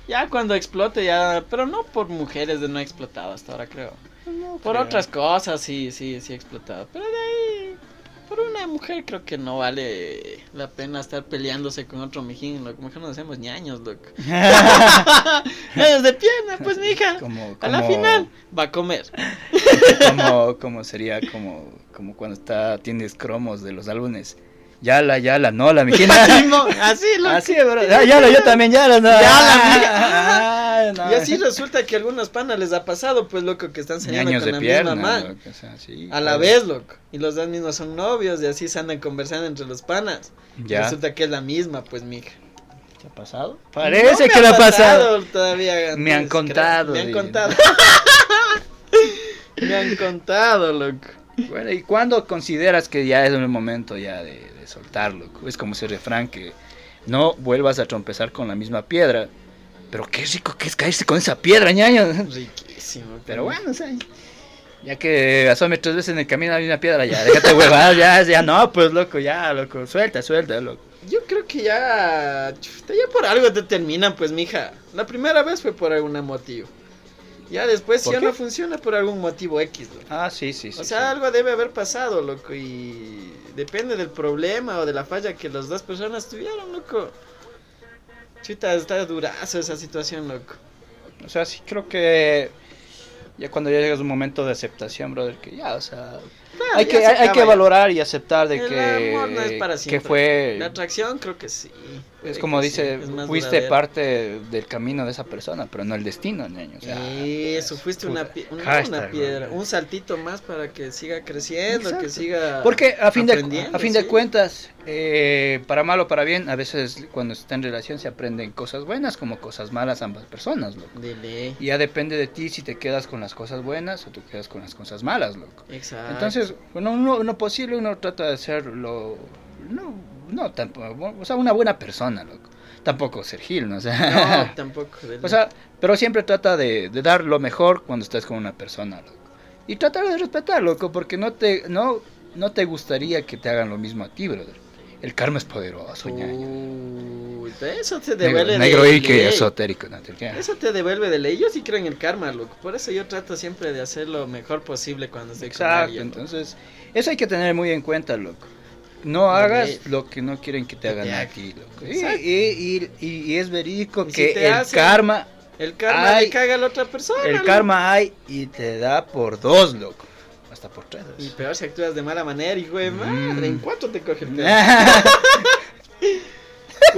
Speaker 2: Ya cuando explote, ya. Pero no por mujeres, de no he explotado hasta ahora, creo. Por
Speaker 1: creo.
Speaker 2: otras cosas, sí, sí, sí he explotado. Pero de ahí, por una mujer creo que no vale la pena estar peleándose con otro mijín. Lo mejor nos hacemos ñaños, loco. ñaños de pierna, pues mija.
Speaker 1: Como,
Speaker 2: A la
Speaker 1: como-
Speaker 2: final va a comer.
Speaker 1: Como, como sería como, como cuando está, tienes cromos de los álbumes. Yala, yala, no, la mijina.
Speaker 2: Así, mo- así, loco.
Speaker 1: Así, bro. Ah, yala, yo también, yala, no.
Speaker 2: Yala,
Speaker 1: Ah,
Speaker 2: mija.
Speaker 1: ah, no.
Speaker 2: Y así resulta que a algunos panas les ha pasado, pues loco, que están saliendo
Speaker 1: Ñaños
Speaker 2: con
Speaker 1: de
Speaker 2: la
Speaker 1: pierna.
Speaker 2: misma man.
Speaker 1: loco, o sea, sí,
Speaker 2: A la
Speaker 1: claro.
Speaker 2: vez, loco. Y los dos mismos son novios y así se andan conversando entre los panas.
Speaker 1: Ya.
Speaker 2: Resulta que es la misma, pues, mija.
Speaker 1: ¿Te ha pasado? Parece
Speaker 2: No
Speaker 1: que lo
Speaker 2: me
Speaker 1: ha pasado.
Speaker 2: Todavía,
Speaker 1: Me han
Speaker 2: creo.
Speaker 1: contado,
Speaker 2: Me han
Speaker 1: digo.
Speaker 2: contado. me han contado, loco.
Speaker 1: Bueno, ¿y cuándo consideras que ya es el momento ya de, de soltarlo? Es como ese refrán que no vuelvas a trompezar con la misma piedra. Pero qué rico que es caerse con esa piedra, ñaño.
Speaker 2: Riquísimo.
Speaker 1: Pero bueno, o sea, ya que asome tres veces en el camino a la misma piedra, ya, déjate huevadas, ya, ya, no, pues loco, ya, loco, suelta, suelta, loco.
Speaker 2: Yo creo que ya. chuta, ya por algo te terminan, pues, mija. La primera vez fue por algún motivo. Ya después, si
Speaker 1: ¿Por
Speaker 2: ya
Speaker 1: qué?
Speaker 2: no funciona, por algún motivo X, loco.
Speaker 1: Ah, sí, sí, sí.
Speaker 2: O sea, algo debe haber pasado, loco, y depende del problema o de la falla que las dos personas tuvieron, loco. Chuta, está durazo esa situación, loco.
Speaker 1: sí. O sea, sí creo que ya cuando ya llegas a un momento de aceptación, brother, que ya, o sea,
Speaker 2: Claro,
Speaker 1: hay
Speaker 2: Ah, ya
Speaker 1: que, hay,
Speaker 2: se
Speaker 1: hay
Speaker 2: acaba
Speaker 1: que
Speaker 2: ya.
Speaker 1: valorar y aceptar de
Speaker 2: El
Speaker 1: que,
Speaker 2: amor no es para
Speaker 1: que
Speaker 2: siempre.
Speaker 1: fue,
Speaker 2: La atracción creo que sí.
Speaker 1: es
Speaker 2: puede
Speaker 1: como
Speaker 2: que
Speaker 1: dice,
Speaker 2: sí, es más
Speaker 1: fuiste
Speaker 2: duradera.
Speaker 1: parte del camino de esa persona, pero no el destino, niño. O sea,
Speaker 2: Eso, fuiste una,
Speaker 1: puta,
Speaker 2: pi- una-
Speaker 1: hashtag,
Speaker 2: una piedra,
Speaker 1: brother.
Speaker 2: un saltito más para que siga creciendo, que
Speaker 1: Exacto.
Speaker 2: siga...
Speaker 1: Porque a fin de,
Speaker 2: aprendiendo,
Speaker 1: a fin de
Speaker 2: sí.
Speaker 1: cuentas, eh, para mal o para bien, a veces cuando se está en relación se aprenden cosas buenas como cosas malas ambas personas, loco.
Speaker 2: De ley.
Speaker 1: Y ya depende de ti si te quedas con las cosas buenas o te quedas con las cosas malas, loco.
Speaker 2: Exacto.
Speaker 1: Entonces, bueno, uno, uno posible, uno trata de ser lo... No, no tampoco, o sea, una buena persona, loco. Tampoco ser Gil, ¿no? O sea,
Speaker 2: No, tampoco. de
Speaker 1: o
Speaker 2: ley.
Speaker 1: sea, pero siempre trata de, de dar lo mejor cuando estás con una persona, loco. Y tratar de respetar, loco, porque no te, no, no te gustaría que te hagan lo mismo a ti, brother. El karma es poderoso, ñaño.
Speaker 2: Uy, eso te
Speaker 1: Negro,
Speaker 2: devuelve
Speaker 1: negro
Speaker 2: de
Speaker 1: y que
Speaker 2: ley. ¿eh?
Speaker 1: esotérico, ¿no? ¿Te qué?
Speaker 2: Eso te devuelve de ley. Yo sí creo en el karma, loco. Por eso yo trato siempre de hacer lo mejor posible cuando estoy con
Speaker 1: Exacto,
Speaker 2: alguien. loco.
Speaker 1: entonces, eso hay que tener muy en cuenta, loco. No
Speaker 2: De
Speaker 1: hagas
Speaker 2: ley.
Speaker 1: lo que no quieren que te
Speaker 2: Que te
Speaker 1: hagan a
Speaker 2: hagan.
Speaker 1: ti, loco. Y,
Speaker 2: Exacto.
Speaker 1: y- y- y- y es verídico
Speaker 2: Y si
Speaker 1: que
Speaker 2: te
Speaker 1: el
Speaker 2: hacen-
Speaker 1: karma,
Speaker 2: El karma
Speaker 1: Ay,
Speaker 2: le caga a la otra persona.
Speaker 1: el
Speaker 2: loco.
Speaker 1: karma hay y te da por dos, loco. Hasta por tres.
Speaker 2: Y peor si actúas de mala manera, hijo de
Speaker 1: Mm.
Speaker 2: madre. ¿En cuánto te coge el pedo?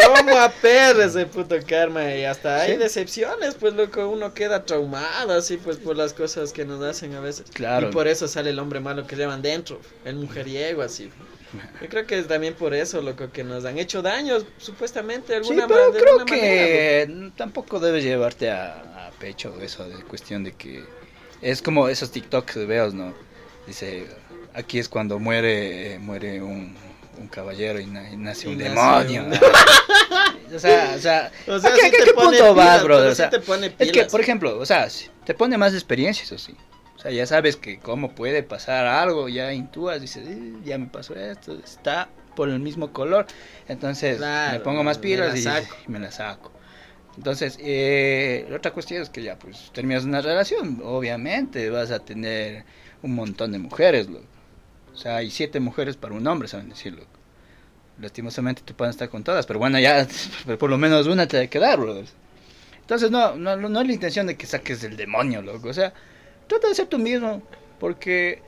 Speaker 2: ¿Cómo aperra ese puto karma? Y hasta hay
Speaker 1: Sí.
Speaker 2: decepciones, pues loco, uno queda traumado así, pues por las cosas que nos hacen a veces.
Speaker 1: Claro.
Speaker 2: Y por eso sale el hombre malo que llevan dentro, el mujeriego así. Yo creo que es también por eso, loco, que nos han hecho daños, supuestamente, de
Speaker 1: Sí,
Speaker 2: alguna,
Speaker 1: pero
Speaker 2: ma- de
Speaker 1: creo
Speaker 2: alguna manera, pues. loco.
Speaker 1: que tampoco debes llevarte a, a pecho eso de cuestión de que es como esos TikToks que veo, ¿no? Dice, aquí es cuando muere muere un, un caballero y, na- y nace
Speaker 2: Y
Speaker 1: un
Speaker 2: nace
Speaker 1: demonio.
Speaker 2: un-
Speaker 1: ¿no? o sea, o sea,
Speaker 2: O sea,
Speaker 1: ¿a qué,
Speaker 2: sí
Speaker 1: a qué
Speaker 2: te pone
Speaker 1: punto
Speaker 2: pilas,
Speaker 1: vas,
Speaker 2: pero
Speaker 1: brother? O
Speaker 2: sí
Speaker 1: sea,
Speaker 2: te pone
Speaker 1: es que,
Speaker 2: pilas.
Speaker 1: por ejemplo, o sea, si- te pone más experiencia, eso sí. O sea, ya sabes que cómo puede pasar algo, ya intúas, dices, "Eh, ya me pasó esto, está por el mismo color. Entonces, me
Speaker 2: Claro,
Speaker 1: pongo más
Speaker 2: me la
Speaker 1: pilas y,
Speaker 2: saco.
Speaker 1: y me la saco. Entonces, eh, la otra cuestión es que ya, pues, terminas una relación, obviamente vas a tener un montón de mujeres, loco. O sea, hay siete mujeres para un hombre, saben decirlo. Lastimosamente te pueden estar con todas, pero bueno, ya pero por lo menos una te va a quedar, brother. Entonces, no, no, no no es la intención de que saques el demonio, loco. O sea, trata de ser tú mismo, porque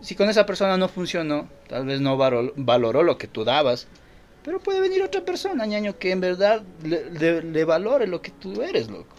Speaker 1: si con esa persona no funcionó, tal vez no varo- valoró lo que tú dabas, pero puede venir otra persona, ñaño, que en verdad le, le- le valore lo que tú eres, loco.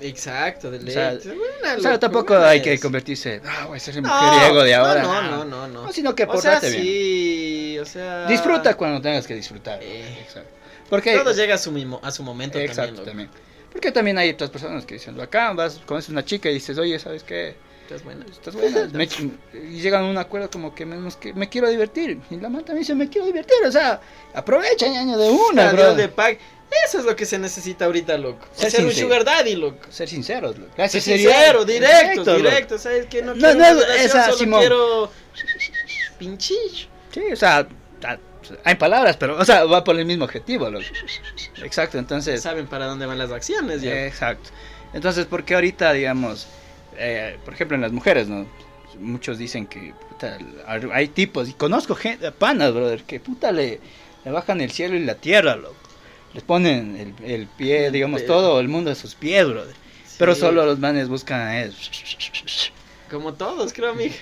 Speaker 2: Exacto, de
Speaker 1: O
Speaker 2: ley.
Speaker 1: sea,
Speaker 2: Buena,
Speaker 1: O sea,
Speaker 2: loco,
Speaker 1: tampoco
Speaker 2: buena
Speaker 1: hay que
Speaker 2: es.
Speaker 1: convertirse, ah, voy a ser el
Speaker 2: No,
Speaker 1: mujeriego de
Speaker 2: no,
Speaker 1: ahora.
Speaker 2: No, no, no, no.
Speaker 1: No, sino que
Speaker 2: o sea,
Speaker 1: portate bien.
Speaker 2: sí, o sea...
Speaker 1: Disfruta cuando tengas que disfrutar.
Speaker 2: Eh.
Speaker 1: Exacto. Porque
Speaker 2: Todo llega a su, mimo- a su momento
Speaker 1: Exacto,
Speaker 2: también.
Speaker 1: también. Porque también hay otras personas que dicen, acá vas, conoces una chica y dices, oye, ¿sabes qué?
Speaker 2: loco. Es buena.
Speaker 1: Estás buena. Me- y llegan a un acuerdo como que me, nos que- me quiero divertir. Y la man también dice, me quiero divertir. O sea, aprovecha, ñaño, de una,
Speaker 2: Adiós
Speaker 1: bro.
Speaker 2: de pack. Eso es lo que se necesita ahorita, loco.
Speaker 1: Ser
Speaker 2: Ser, un
Speaker 1: sincero.
Speaker 2: sugar daddy, loco.
Speaker 1: Ser sinceros, loco.
Speaker 2: Ser
Speaker 1: Gracias,
Speaker 2: sincero, directo,
Speaker 1: loco.
Speaker 2: directo. ¿Sabes qué?
Speaker 1: No,
Speaker 2: No, quiero
Speaker 1: no,
Speaker 2: una relación,
Speaker 1: esa,
Speaker 2: solo
Speaker 1: Simón.
Speaker 2: quiero... Pinchillo.
Speaker 1: Sí, o sea, ta- hay palabras, pero, o sea, va por el mismo objetivo, loco. Exacto, entonces...
Speaker 2: Saben para dónde van las acciones ya.
Speaker 1: Exacto. Entonces, ¿por qué ahorita, digamos, eh, por ejemplo, en las mujeres, ¿no? Muchos dicen que puta, hay- hay tipos, y conozco gente, panas, brother, que puta le, le bajan el cielo y la tierra, loco. Les ponen el, el pie,
Speaker 2: El
Speaker 1: digamos,
Speaker 2: pie.
Speaker 1: todo el mundo a sus pies, brother. Pero
Speaker 2: Sí,
Speaker 1: solo los manes buscan eh,
Speaker 2: Como todos, creo, amigo.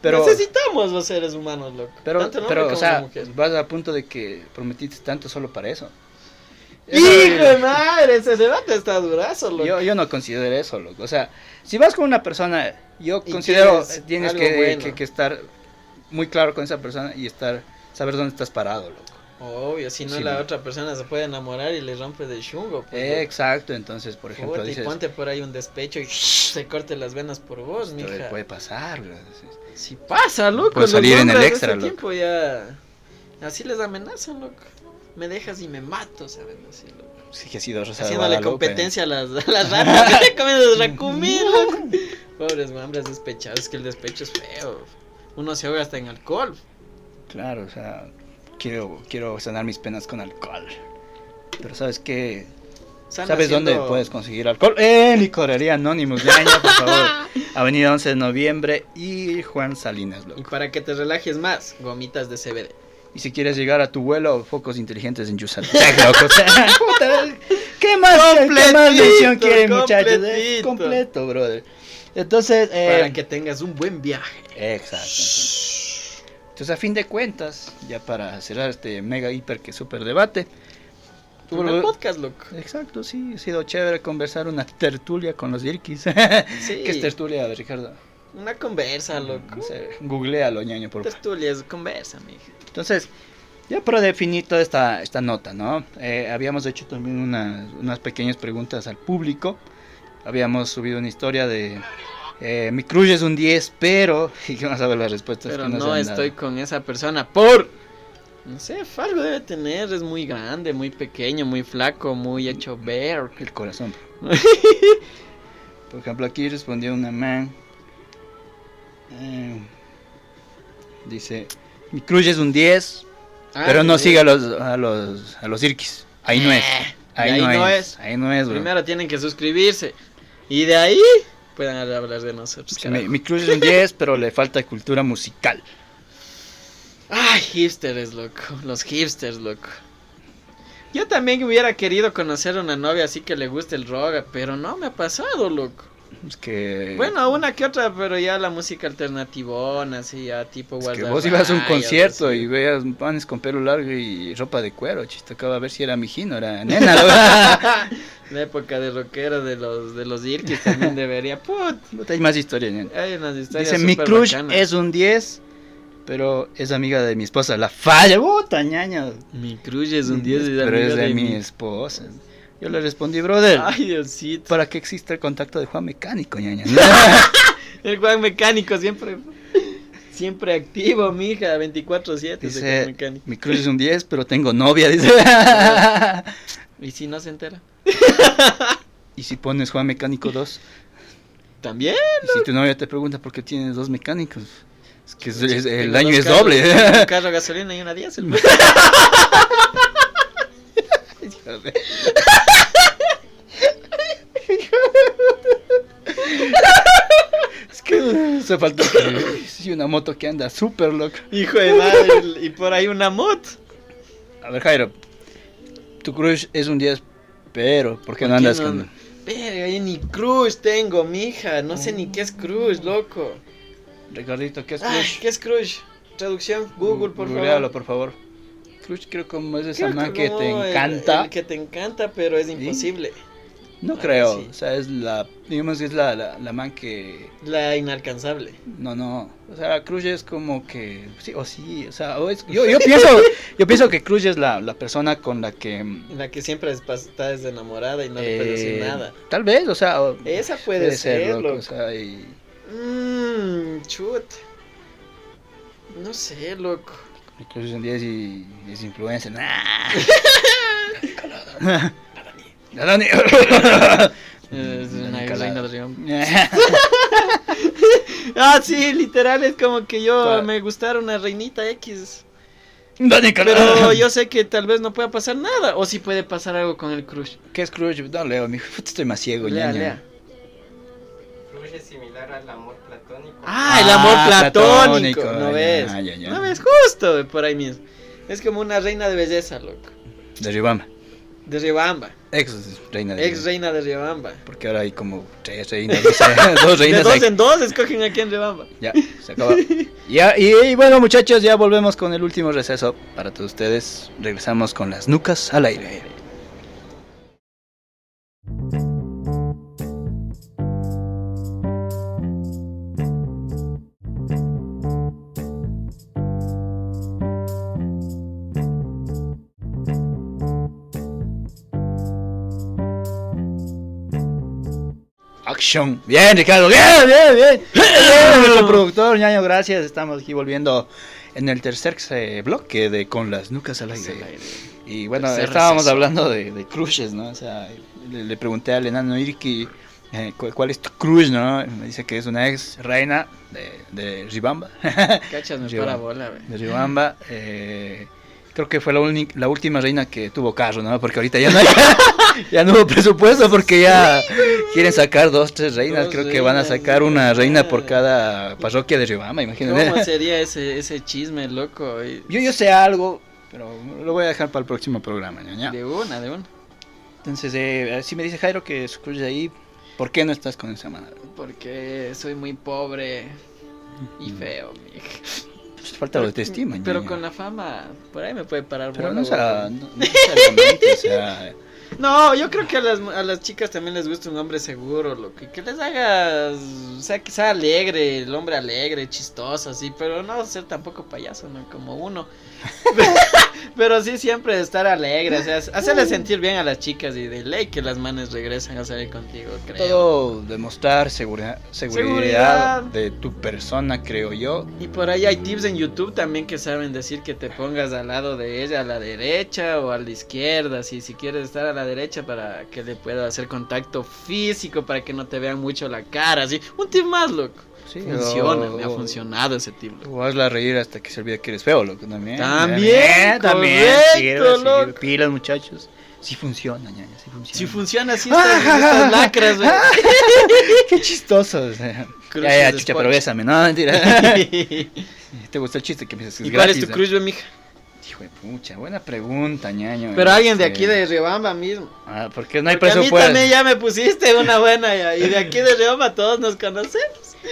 Speaker 1: Pero,
Speaker 2: Necesitamos los seres humanos, loco.
Speaker 1: pero,
Speaker 2: Tanto el hombre
Speaker 1: pero o
Speaker 2: como la
Speaker 1: sea,
Speaker 2: mujer.
Speaker 1: vas a punto de que prometiste tanto solo para eso.
Speaker 2: ¡Hijo de madre! Ese debate está durazo, loco.
Speaker 1: Yo, yo no considero eso, loco. O sea, si vas con una persona, yo
Speaker 2: Y
Speaker 1: considero
Speaker 2: quieres
Speaker 1: tienes
Speaker 2: algo
Speaker 1: que,
Speaker 2: bueno.
Speaker 1: que- que estar muy claro con esa persona y estar saber dónde estás parado, loco.
Speaker 2: Obvio, si no
Speaker 1: Sí,
Speaker 2: la
Speaker 1: güey.
Speaker 2: otra persona se puede enamorar y le rompe de chungo. pues, loco.
Speaker 1: Exacto, entonces, por ejemplo,
Speaker 2: Puta,
Speaker 1: dices,
Speaker 2: y ponte por ahí un despecho y se corte las venas por vos,
Speaker 1: "Esto
Speaker 2: mija.
Speaker 1: puede pasar, bro". Dices,
Speaker 2: Si pasa, loco.
Speaker 1: Puede
Speaker 2: los
Speaker 1: salir en el
Speaker 2: hombres de
Speaker 1: extra,
Speaker 2: este
Speaker 1: loco.
Speaker 2: tiempo ya... Así les amenazan, loco. Me dejas y me mato, ¿saben? Así, loco.
Speaker 1: sí que ha sido Rosa de
Speaker 2: Haciéndole
Speaker 1: Guadalupe".
Speaker 2: competencia a las, a las ratas. que comen los racumín, loco. Pobres hombres despechados, es que el despecho es feo. Uno se ahoga hasta en alcohol.
Speaker 1: Claro, o sea, quiero quiero sanar mis penas con alcohol. Pero sabes qué,
Speaker 2: Están
Speaker 1: ¿sabes
Speaker 2: haciendo-
Speaker 1: dónde puedes conseguir alcohol? ¡Eh, En licorería Anonymous, ya, ya, por favor. Avenida 11 de Noviembre y Juan Salinas, loco.
Speaker 2: Y para que te relajes más, gomitas de CBD.
Speaker 1: Y si quieres llegar a tu vuelo, focos inteligentes en Yucatán, loco. O sea, puta, ¿qué más, ¿qué más
Speaker 2: Completito,
Speaker 1: mención quieren, muchachos? Es
Speaker 2: completito.
Speaker 1: completo, brother. Entonces, eh,
Speaker 2: Para que tengas un buen viaje.
Speaker 1: Exacto. Entonces. Entonces, a fin de cuentas, ya para cerrar este mega, hiper, que super debate.
Speaker 2: Por el podcast, loco.
Speaker 1: Exacto, sí, ha sido chévere conversar una tertulia con los Irkis.
Speaker 2: Sí.
Speaker 1: ¿Qué es tertulia, Ricardo?
Speaker 2: Una conversa, loco.
Speaker 1: No sé, Googlealo, ñaño, por favor.
Speaker 2: Tertulias, conversa, mija.
Speaker 1: Entonces, ya para definir toda esta, esta nota, ¿no? Eh, habíamos hecho también unas, unas pequeñas preguntas al público. Habíamos subido una historia de... eh, mi cruz es un 10, pero... Y que vamos a ver las respuestas.
Speaker 2: Pero
Speaker 1: que nos
Speaker 2: no
Speaker 1: han dado.
Speaker 2: estoy con esa persona por... No sé, algo debe tener, es muy grande, muy pequeño, muy flaco, muy hecho ver.
Speaker 1: El corazón. Por ejemplo, aquí respondió una man. eh, dice... Mi cruz es un 10,
Speaker 2: Ah,
Speaker 1: pero no siga a los, a los, a los irquis. Ahí no es. Ahí, no, es. Ahí no es, bro.
Speaker 2: Primero tienen que suscribirse. Y de ahí pueden hablar de nosotros.
Speaker 1: Sí,
Speaker 2: carajo.
Speaker 1: mi, mi cruz es un 10, pero le falta cultura musical.
Speaker 2: Ay, hipsters, loco. Los hipsters, loco. Yo también hubiera querido conocer una novia así que le guste el rock, pero no me ha pasado, loco.
Speaker 1: Es que.
Speaker 2: Bueno, una que otra, pero ya la música alternativona, así ya tipo
Speaker 1: es que
Speaker 2: Guardarrayas,
Speaker 1: vos ibas a un concierto
Speaker 2: así.
Speaker 1: y veas panes con pelo largo y ropa de cuero, chiste. Acaba a ver si era mijino, era nena, la verdad.
Speaker 2: La época de rockero de los de los Irkis también debería. Put,
Speaker 1: Puta, Hay más historias, nena.
Speaker 2: hay unas historias
Speaker 1: Dice, mi
Speaker 2: súper
Speaker 1: crush
Speaker 2: bacanas.
Speaker 1: es un 10, pero es amiga de mi esposa. La falla, puta ñaña.
Speaker 2: Mi crush es un 10 y
Speaker 1: Pero
Speaker 2: amiga
Speaker 1: es de, mi
Speaker 2: mí.
Speaker 1: esposa. Yo le respondí, brother,
Speaker 2: Ay, Diosito.
Speaker 1: para que exista el contacto de Juan Mecánico, ñaña.
Speaker 2: El Juan Mecánico siempre siempre activo, mija, 24/7 ese Juan
Speaker 1: dice,
Speaker 2: Mecánico.
Speaker 1: mi cruz es un 10, pero tengo novia, dice.
Speaker 2: Y si no se entera.
Speaker 1: y si pones Juan Mecánico 2,
Speaker 2: También.
Speaker 1: y si tu novia te pregunta por qué tienes dos mecánicos, es que es- es- el
Speaker 2: Tengo
Speaker 1: daño
Speaker 2: dos
Speaker 1: es
Speaker 2: carros,
Speaker 1: doble.
Speaker 2: tengo Un carro de gasolina y una pues. 10. el-
Speaker 1: es que se falta que, sí, una moto que anda súper loca.
Speaker 2: Hijo de madre, y por ahí una mot.
Speaker 1: A ver, Jairo, tu crush es un 10, pero ¿por qué no
Speaker 2: ¿Por qué
Speaker 1: andas
Speaker 2: no
Speaker 1: con.?
Speaker 2: anda? Verga, yo ni crush tengo, mija. No sé ni
Speaker 1: Mm.
Speaker 2: qué es crush, loco.
Speaker 1: Ricardito, ¿qué es
Speaker 2: Ay,
Speaker 1: crush?
Speaker 2: ¿qué es crush? Traducción, Google, por
Speaker 1: Googlealo,
Speaker 2: favor.
Speaker 1: por favor. Crush creo como es esa
Speaker 2: Creo
Speaker 1: man que te
Speaker 2: no, el-
Speaker 1: encanta.
Speaker 2: el que te encanta, pero es imposible.
Speaker 1: No
Speaker 2: Ah,
Speaker 1: creo,
Speaker 2: sí.
Speaker 1: o sea, es la. Digamos que es la, la, la man que.
Speaker 2: La inalcanzable.
Speaker 1: No, no. O sea, Cruz es como que. Sí, o sí. O sea, o es- yo, yo pienso, yo pienso que Cruz es la, la persona con la que. mm,
Speaker 2: En la que siempre es- está desenamorada y no le puede
Speaker 1: eh,
Speaker 2: decir nada.
Speaker 1: Tal vez, o sea. o-
Speaker 2: Esa puede, ser,
Speaker 1: loco,
Speaker 2: loco.
Speaker 1: o sea, y-
Speaker 2: Mmm, chut. No sé, loco.
Speaker 1: y Cruz es un 10 y, y es influencer. Nah. Adani. Eh,
Speaker 2: Es una
Speaker 1: Nunca la-
Speaker 2: reina del río. Ah, sí, literal, es como que yo
Speaker 1: ¿Cuál?
Speaker 2: me gustara una reinita X.
Speaker 1: Dani,
Speaker 2: Pero yo sé que tal vez no pueda pasar nada. O sí puede pasar algo con el crush.
Speaker 1: ¿Qué es Cruz? No leo, mijo. Puta, Estoy más ciego,
Speaker 2: Lea,
Speaker 1: ñaña.
Speaker 2: lea.
Speaker 3: Fluye similar al amor platónico.
Speaker 2: Ah, el amor
Speaker 1: Ah,
Speaker 2: platónico.
Speaker 1: platónico,
Speaker 2: ¿No
Speaker 1: ya,
Speaker 2: ves?
Speaker 1: ya, ya.
Speaker 2: ¿No ves? Justo güey, por ahí mismo. Es como una reina de belleza, loco.
Speaker 1: De Ribama.
Speaker 2: De Riobamba.
Speaker 1: Ex reina de
Speaker 2: Ex reina de Riobamba.
Speaker 1: Porque ahora hay como tres reinas, no sé, dos
Speaker 2: De
Speaker 1: reinas.
Speaker 2: dos
Speaker 1: ahí.
Speaker 2: en dos escogen aquí en Riobamba.
Speaker 1: Ya, se acabó. Ya, y, y bueno, muchachos, ya volvemos con el último receso para todos ustedes. Regresamos con las nucas al aire. Action. Bien, Ricardo. Bien, bien, bien. Bien, nuestro productor, ñaño, gracias. Estamos aquí volviendo en el tercer eh, bloque de Con las nucas al aire. Y bueno,
Speaker 2: Tercer
Speaker 1: estábamos
Speaker 2: receso.
Speaker 1: hablando de, de crushes, ¿no? O sea, le, le pregunté al enano Irki eh, cu- cuál es tu crush, ¿no? Y me dice que es una ex reina de, de Ribamba.
Speaker 2: Cachas, me
Speaker 1: Riobamba.
Speaker 2: para bola, güey.
Speaker 1: de Ribamba. eh, creo que fue la, uni- la última reina que tuvo carro, ¿no? Porque ahorita ya no hay, ya no hubo presupuesto porque ya quieren sacar dos, tres reinas.
Speaker 2: Dos
Speaker 1: creo que van a
Speaker 2: reinas,
Speaker 1: sacar una
Speaker 2: ya.
Speaker 1: reina por cada parroquia de Ribamba, imagínate.
Speaker 2: ¿Cómo sería ese, ese chisme, loco? Y-
Speaker 1: Yo, yo sé algo, pero lo voy a dejar para el próximo programa, ñaña.
Speaker 2: De una, de una.
Speaker 1: Entonces, eh, si me dice Jairo que su cruz de ahí, ¿por qué no estás con esa manada?
Speaker 2: Porque soy muy pobre y feo, mija.
Speaker 1: Pues falta de Mm. autoestima.
Speaker 2: Pero
Speaker 1: ñaña.
Speaker 2: con la fama, por ahí me puede parar.
Speaker 1: Pero
Speaker 2: bola,
Speaker 1: no, o sea,
Speaker 2: güey.
Speaker 1: no, no necesariamente, o sea,
Speaker 2: No, yo creo que a las, a las chicas también les gusta un hombre seguro, lo que, que les haga, o sea, que sea alegre, el hombre alegre, chistoso, así, pero no ser tampoco payaso, ¿no? Como uno. pero sí siempre estar alegre, o sea, hacerle sentir bien a las chicas y de ley que las manes regresan a salir contigo, creo.
Speaker 1: todo demostrar seguridad,
Speaker 2: Seguridad.
Speaker 1: seguridad de tu persona, creo yo.
Speaker 2: Y por ahí hay tips en YouTube también que saben decir que te pongas al lado de ella, a la derecha o a la izquierda, si, si quieres estar a la derecha para que le pueda hacer contacto físico, para que no te vean mucho la cara, así. Un tip más, loco.
Speaker 1: Sí, oh.
Speaker 2: Funciona,
Speaker 1: o-
Speaker 2: me ha funcionado ese tip, loco.
Speaker 1: O hazla reír hasta que se olvide que eres feo, loco, también.
Speaker 2: También,
Speaker 1: también.
Speaker 2: correcto,
Speaker 1: sirve, sirve.
Speaker 2: loco.
Speaker 1: Pilas, muchachos. Sí funciona, ñaña, sí funciona.
Speaker 2: Si funciona así estas, estas lacras, güey.
Speaker 1: Qué chistoso. o sea.
Speaker 2: Crushes
Speaker 1: Ya, ya,
Speaker 2: de
Speaker 1: chicha,
Speaker 2: Spot.
Speaker 1: pero bésame, no, mentira. ¿Te gustó el chiste que me dices? que
Speaker 2: ¿Y cuál es
Speaker 1: gratis, eh?
Speaker 2: tu
Speaker 1: ¿no?
Speaker 2: cruz, güey, mija?
Speaker 1: Hijo de pucha, buena pregunta, ñaño.
Speaker 2: Pero alguien de
Speaker 1: este.
Speaker 2: aquí de Riobamba mismo.
Speaker 1: Ah, porque no hay
Speaker 2: Porque a
Speaker 1: precio
Speaker 2: mí
Speaker 1: fuera.
Speaker 2: también ya me pusiste una buena ya, y de aquí de Riobamba todos nos conocemos.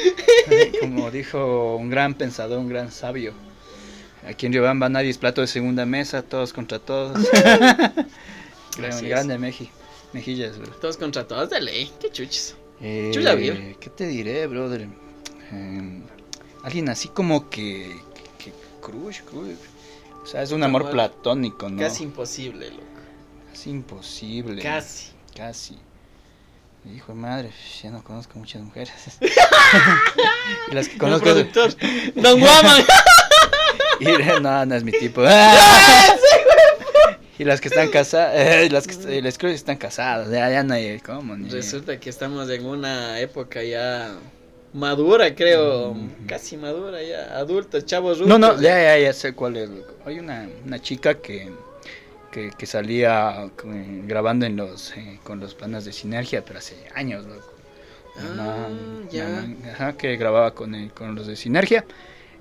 Speaker 1: Como dijo un gran pensador, un gran sabio. Aquí en Riobamba nadie es plato de segunda mesa, todos contra todos. Gran-
Speaker 2: Así es.
Speaker 1: grande Meji. Mejillas, bro.
Speaker 2: Todos contra todos de ley, qué chuches.
Speaker 1: Eh,
Speaker 2: Chula, bien.
Speaker 1: ¿Qué te diré, brother? Eh, alguien así como que. que crush, crush. O sea, es un amor
Speaker 2: Amor.
Speaker 1: platónico, ¿no?
Speaker 2: Casi imposible, loco.
Speaker 1: Es imposible.
Speaker 2: Casi.
Speaker 1: Casi. Hijo de madre, ya no conozco muchas mujeres. y las que conozco.
Speaker 2: El productor. Don Guaman.
Speaker 1: Y, no, no es mi tipo. y las que están casadas. las que est- y las que están casadas. Ya, ya no hay. ¿Cómo? Ni-
Speaker 2: Resulta que estamos en una época ya madura, creo.
Speaker 1: Ujú.
Speaker 2: Casi madura ya. Adultos, chavos
Speaker 1: No, no,
Speaker 2: rucos,
Speaker 1: ya, ya, ya sé cuál es. loco. Hay una, una chica que, que, que salía eh, grabando en los, eh, con los planes de sinergia, pero hace años, loco. Una
Speaker 2: Ah,
Speaker 1: man-
Speaker 2: ya.
Speaker 1: una man- ajá, que grababa con, el- con los de sinergia.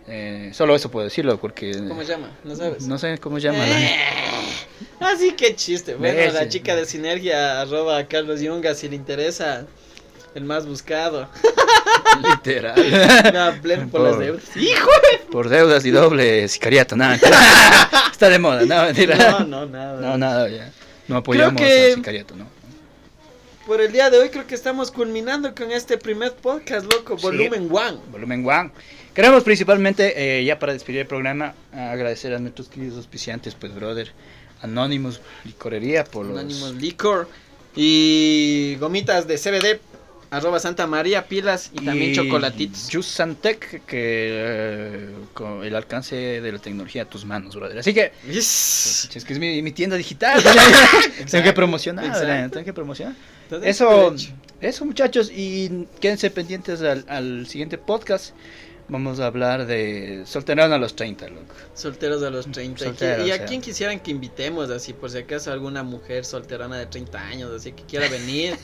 Speaker 1: Eh, solo eso puedo decirlo porque...
Speaker 2: ¿Cómo se llama? No sabes.
Speaker 1: No sé cómo se llama.
Speaker 2: Eh, Así que chiste. Bueno,
Speaker 1: Ves,
Speaker 2: la
Speaker 1: eh.
Speaker 2: chica de Sinergia arroba a Carlos Yunga si le interesa. El más buscado.
Speaker 1: Literal.
Speaker 2: No, pleno por las
Speaker 1: Por-
Speaker 2: deudas. ¡Hijo!
Speaker 1: Por deudas y doble sicariato, nada. Está de moda, no,
Speaker 2: No,
Speaker 1: mentira.
Speaker 2: no, nada.
Speaker 1: No, nada, ya. No apoyamos
Speaker 2: que-
Speaker 1: al sicariato, ¿no?
Speaker 2: Por el día de hoy creo que estamos culminando con este primer podcast, loco.
Speaker 1: Sí.
Speaker 2: Volumen 1.
Speaker 1: Volumen One. Queremos principalmente, eh, ya para despedir el programa, agradecer a nuestros queridos auspiciantes, pues, brother. Anonymous Licorería por los...
Speaker 2: Anonymous Licor y gomitas de CBD, arroba Santa María, pilas y, también chocolatitos.
Speaker 1: Juice Santec, que eh, con el alcance de la tecnología a tus manos, brother. Así que,
Speaker 2: Yes.
Speaker 1: es que es mi, mi tienda digital. tengo que
Speaker 2: Pues. Exacto,
Speaker 1: promocionar,
Speaker 2: exacto.
Speaker 1: tengo que promocionar.
Speaker 2: Entonces,
Speaker 1: Eso,
Speaker 2: derecho.
Speaker 1: eso muchachos, y quédense pendientes al, al siguiente podcast. Vamos a hablar de Solterón a los 30, loco.
Speaker 2: Solteros a los 30. ¿Y qui-
Speaker 1: Solteros,
Speaker 2: ¿Y a
Speaker 1: ya.
Speaker 2: quién quisieran que invitemos? Así, por si acaso alguna mujer solterona de 30 años, así que quiera venir.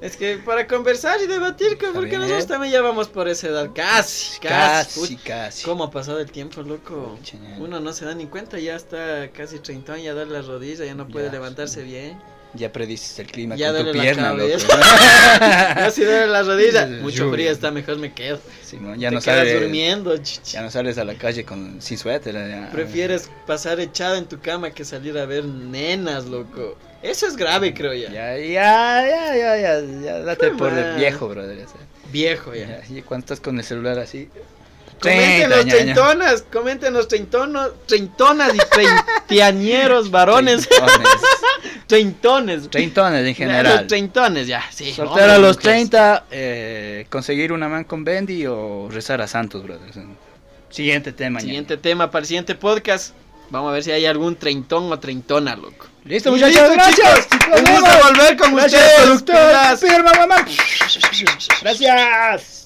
Speaker 2: es que para conversar y debatir, que-
Speaker 1: Está
Speaker 2: porque
Speaker 1: bien.
Speaker 2: nosotros también ya vamos por esa edad. Casi, casi.
Speaker 1: Casi,
Speaker 2: Uy,
Speaker 1: casi.
Speaker 2: ¿Cómo ha pasado el tiempo, loco?
Speaker 1: Pucha, ya.
Speaker 2: Uno no se da ni cuenta, ya está casi 30 años, ya da la rodilla, ya no puede
Speaker 1: Ya,
Speaker 2: levantarse
Speaker 1: sí.
Speaker 2: bien.
Speaker 1: Ya predices el clima
Speaker 2: Ya
Speaker 1: con tu
Speaker 2: duele la
Speaker 1: pierna, loco.
Speaker 2: cabeza. Yo sí duele la rodilla.
Speaker 1: Lluvia.
Speaker 2: Mucho frío está, mejor me quedo.
Speaker 1: Simón, ya
Speaker 2: Te
Speaker 1: no
Speaker 2: quedas
Speaker 1: sales,
Speaker 2: durmiendo. chichi.
Speaker 1: ya no sales a la calle con sin suéter. ya.
Speaker 2: Prefieres pasar echado en tu cama que salir a ver nenas, loco. Eso es grave, creo ya.
Speaker 1: Ya, ya, ya, ya, ya, ya, date
Speaker 2: Fue
Speaker 1: por de
Speaker 2: mal.
Speaker 1: viejo, brother. o sea,
Speaker 2: Viejo ya.
Speaker 1: ya, Y cuando estás con el celular así.
Speaker 2: Comenten este, los
Speaker 1: Treinta, ñaña.
Speaker 2: treintonas, comenten los treintonos, treintonas y treintañeros, varones,
Speaker 1: Treintones.
Speaker 2: treintones.
Speaker 1: Treintones en
Speaker 2: Ya,
Speaker 1: general.
Speaker 2: Los treintones, ya, sí.
Speaker 1: Soltero
Speaker 2: hombres,
Speaker 1: a los
Speaker 2: mujeres.
Speaker 1: 30, eh, conseguir una man con Bendy o rezar a Santos, brother. Siguiente tema. ñaño.
Speaker 2: Siguiente tema para el siguiente podcast. Vamos a ver si hay algún treintón o treintona, loco.
Speaker 1: Listo,
Speaker 2: Y
Speaker 1: muchachos.
Speaker 2: listo,
Speaker 1: gracias.
Speaker 2: chicos.
Speaker 1: Nos
Speaker 2: Un gusto
Speaker 1: vemos.
Speaker 2: volver con
Speaker 1: Gracias,
Speaker 2: ustedes.
Speaker 1: productor.
Speaker 2: Pilas.
Speaker 1: Firma, mamá. Gracias.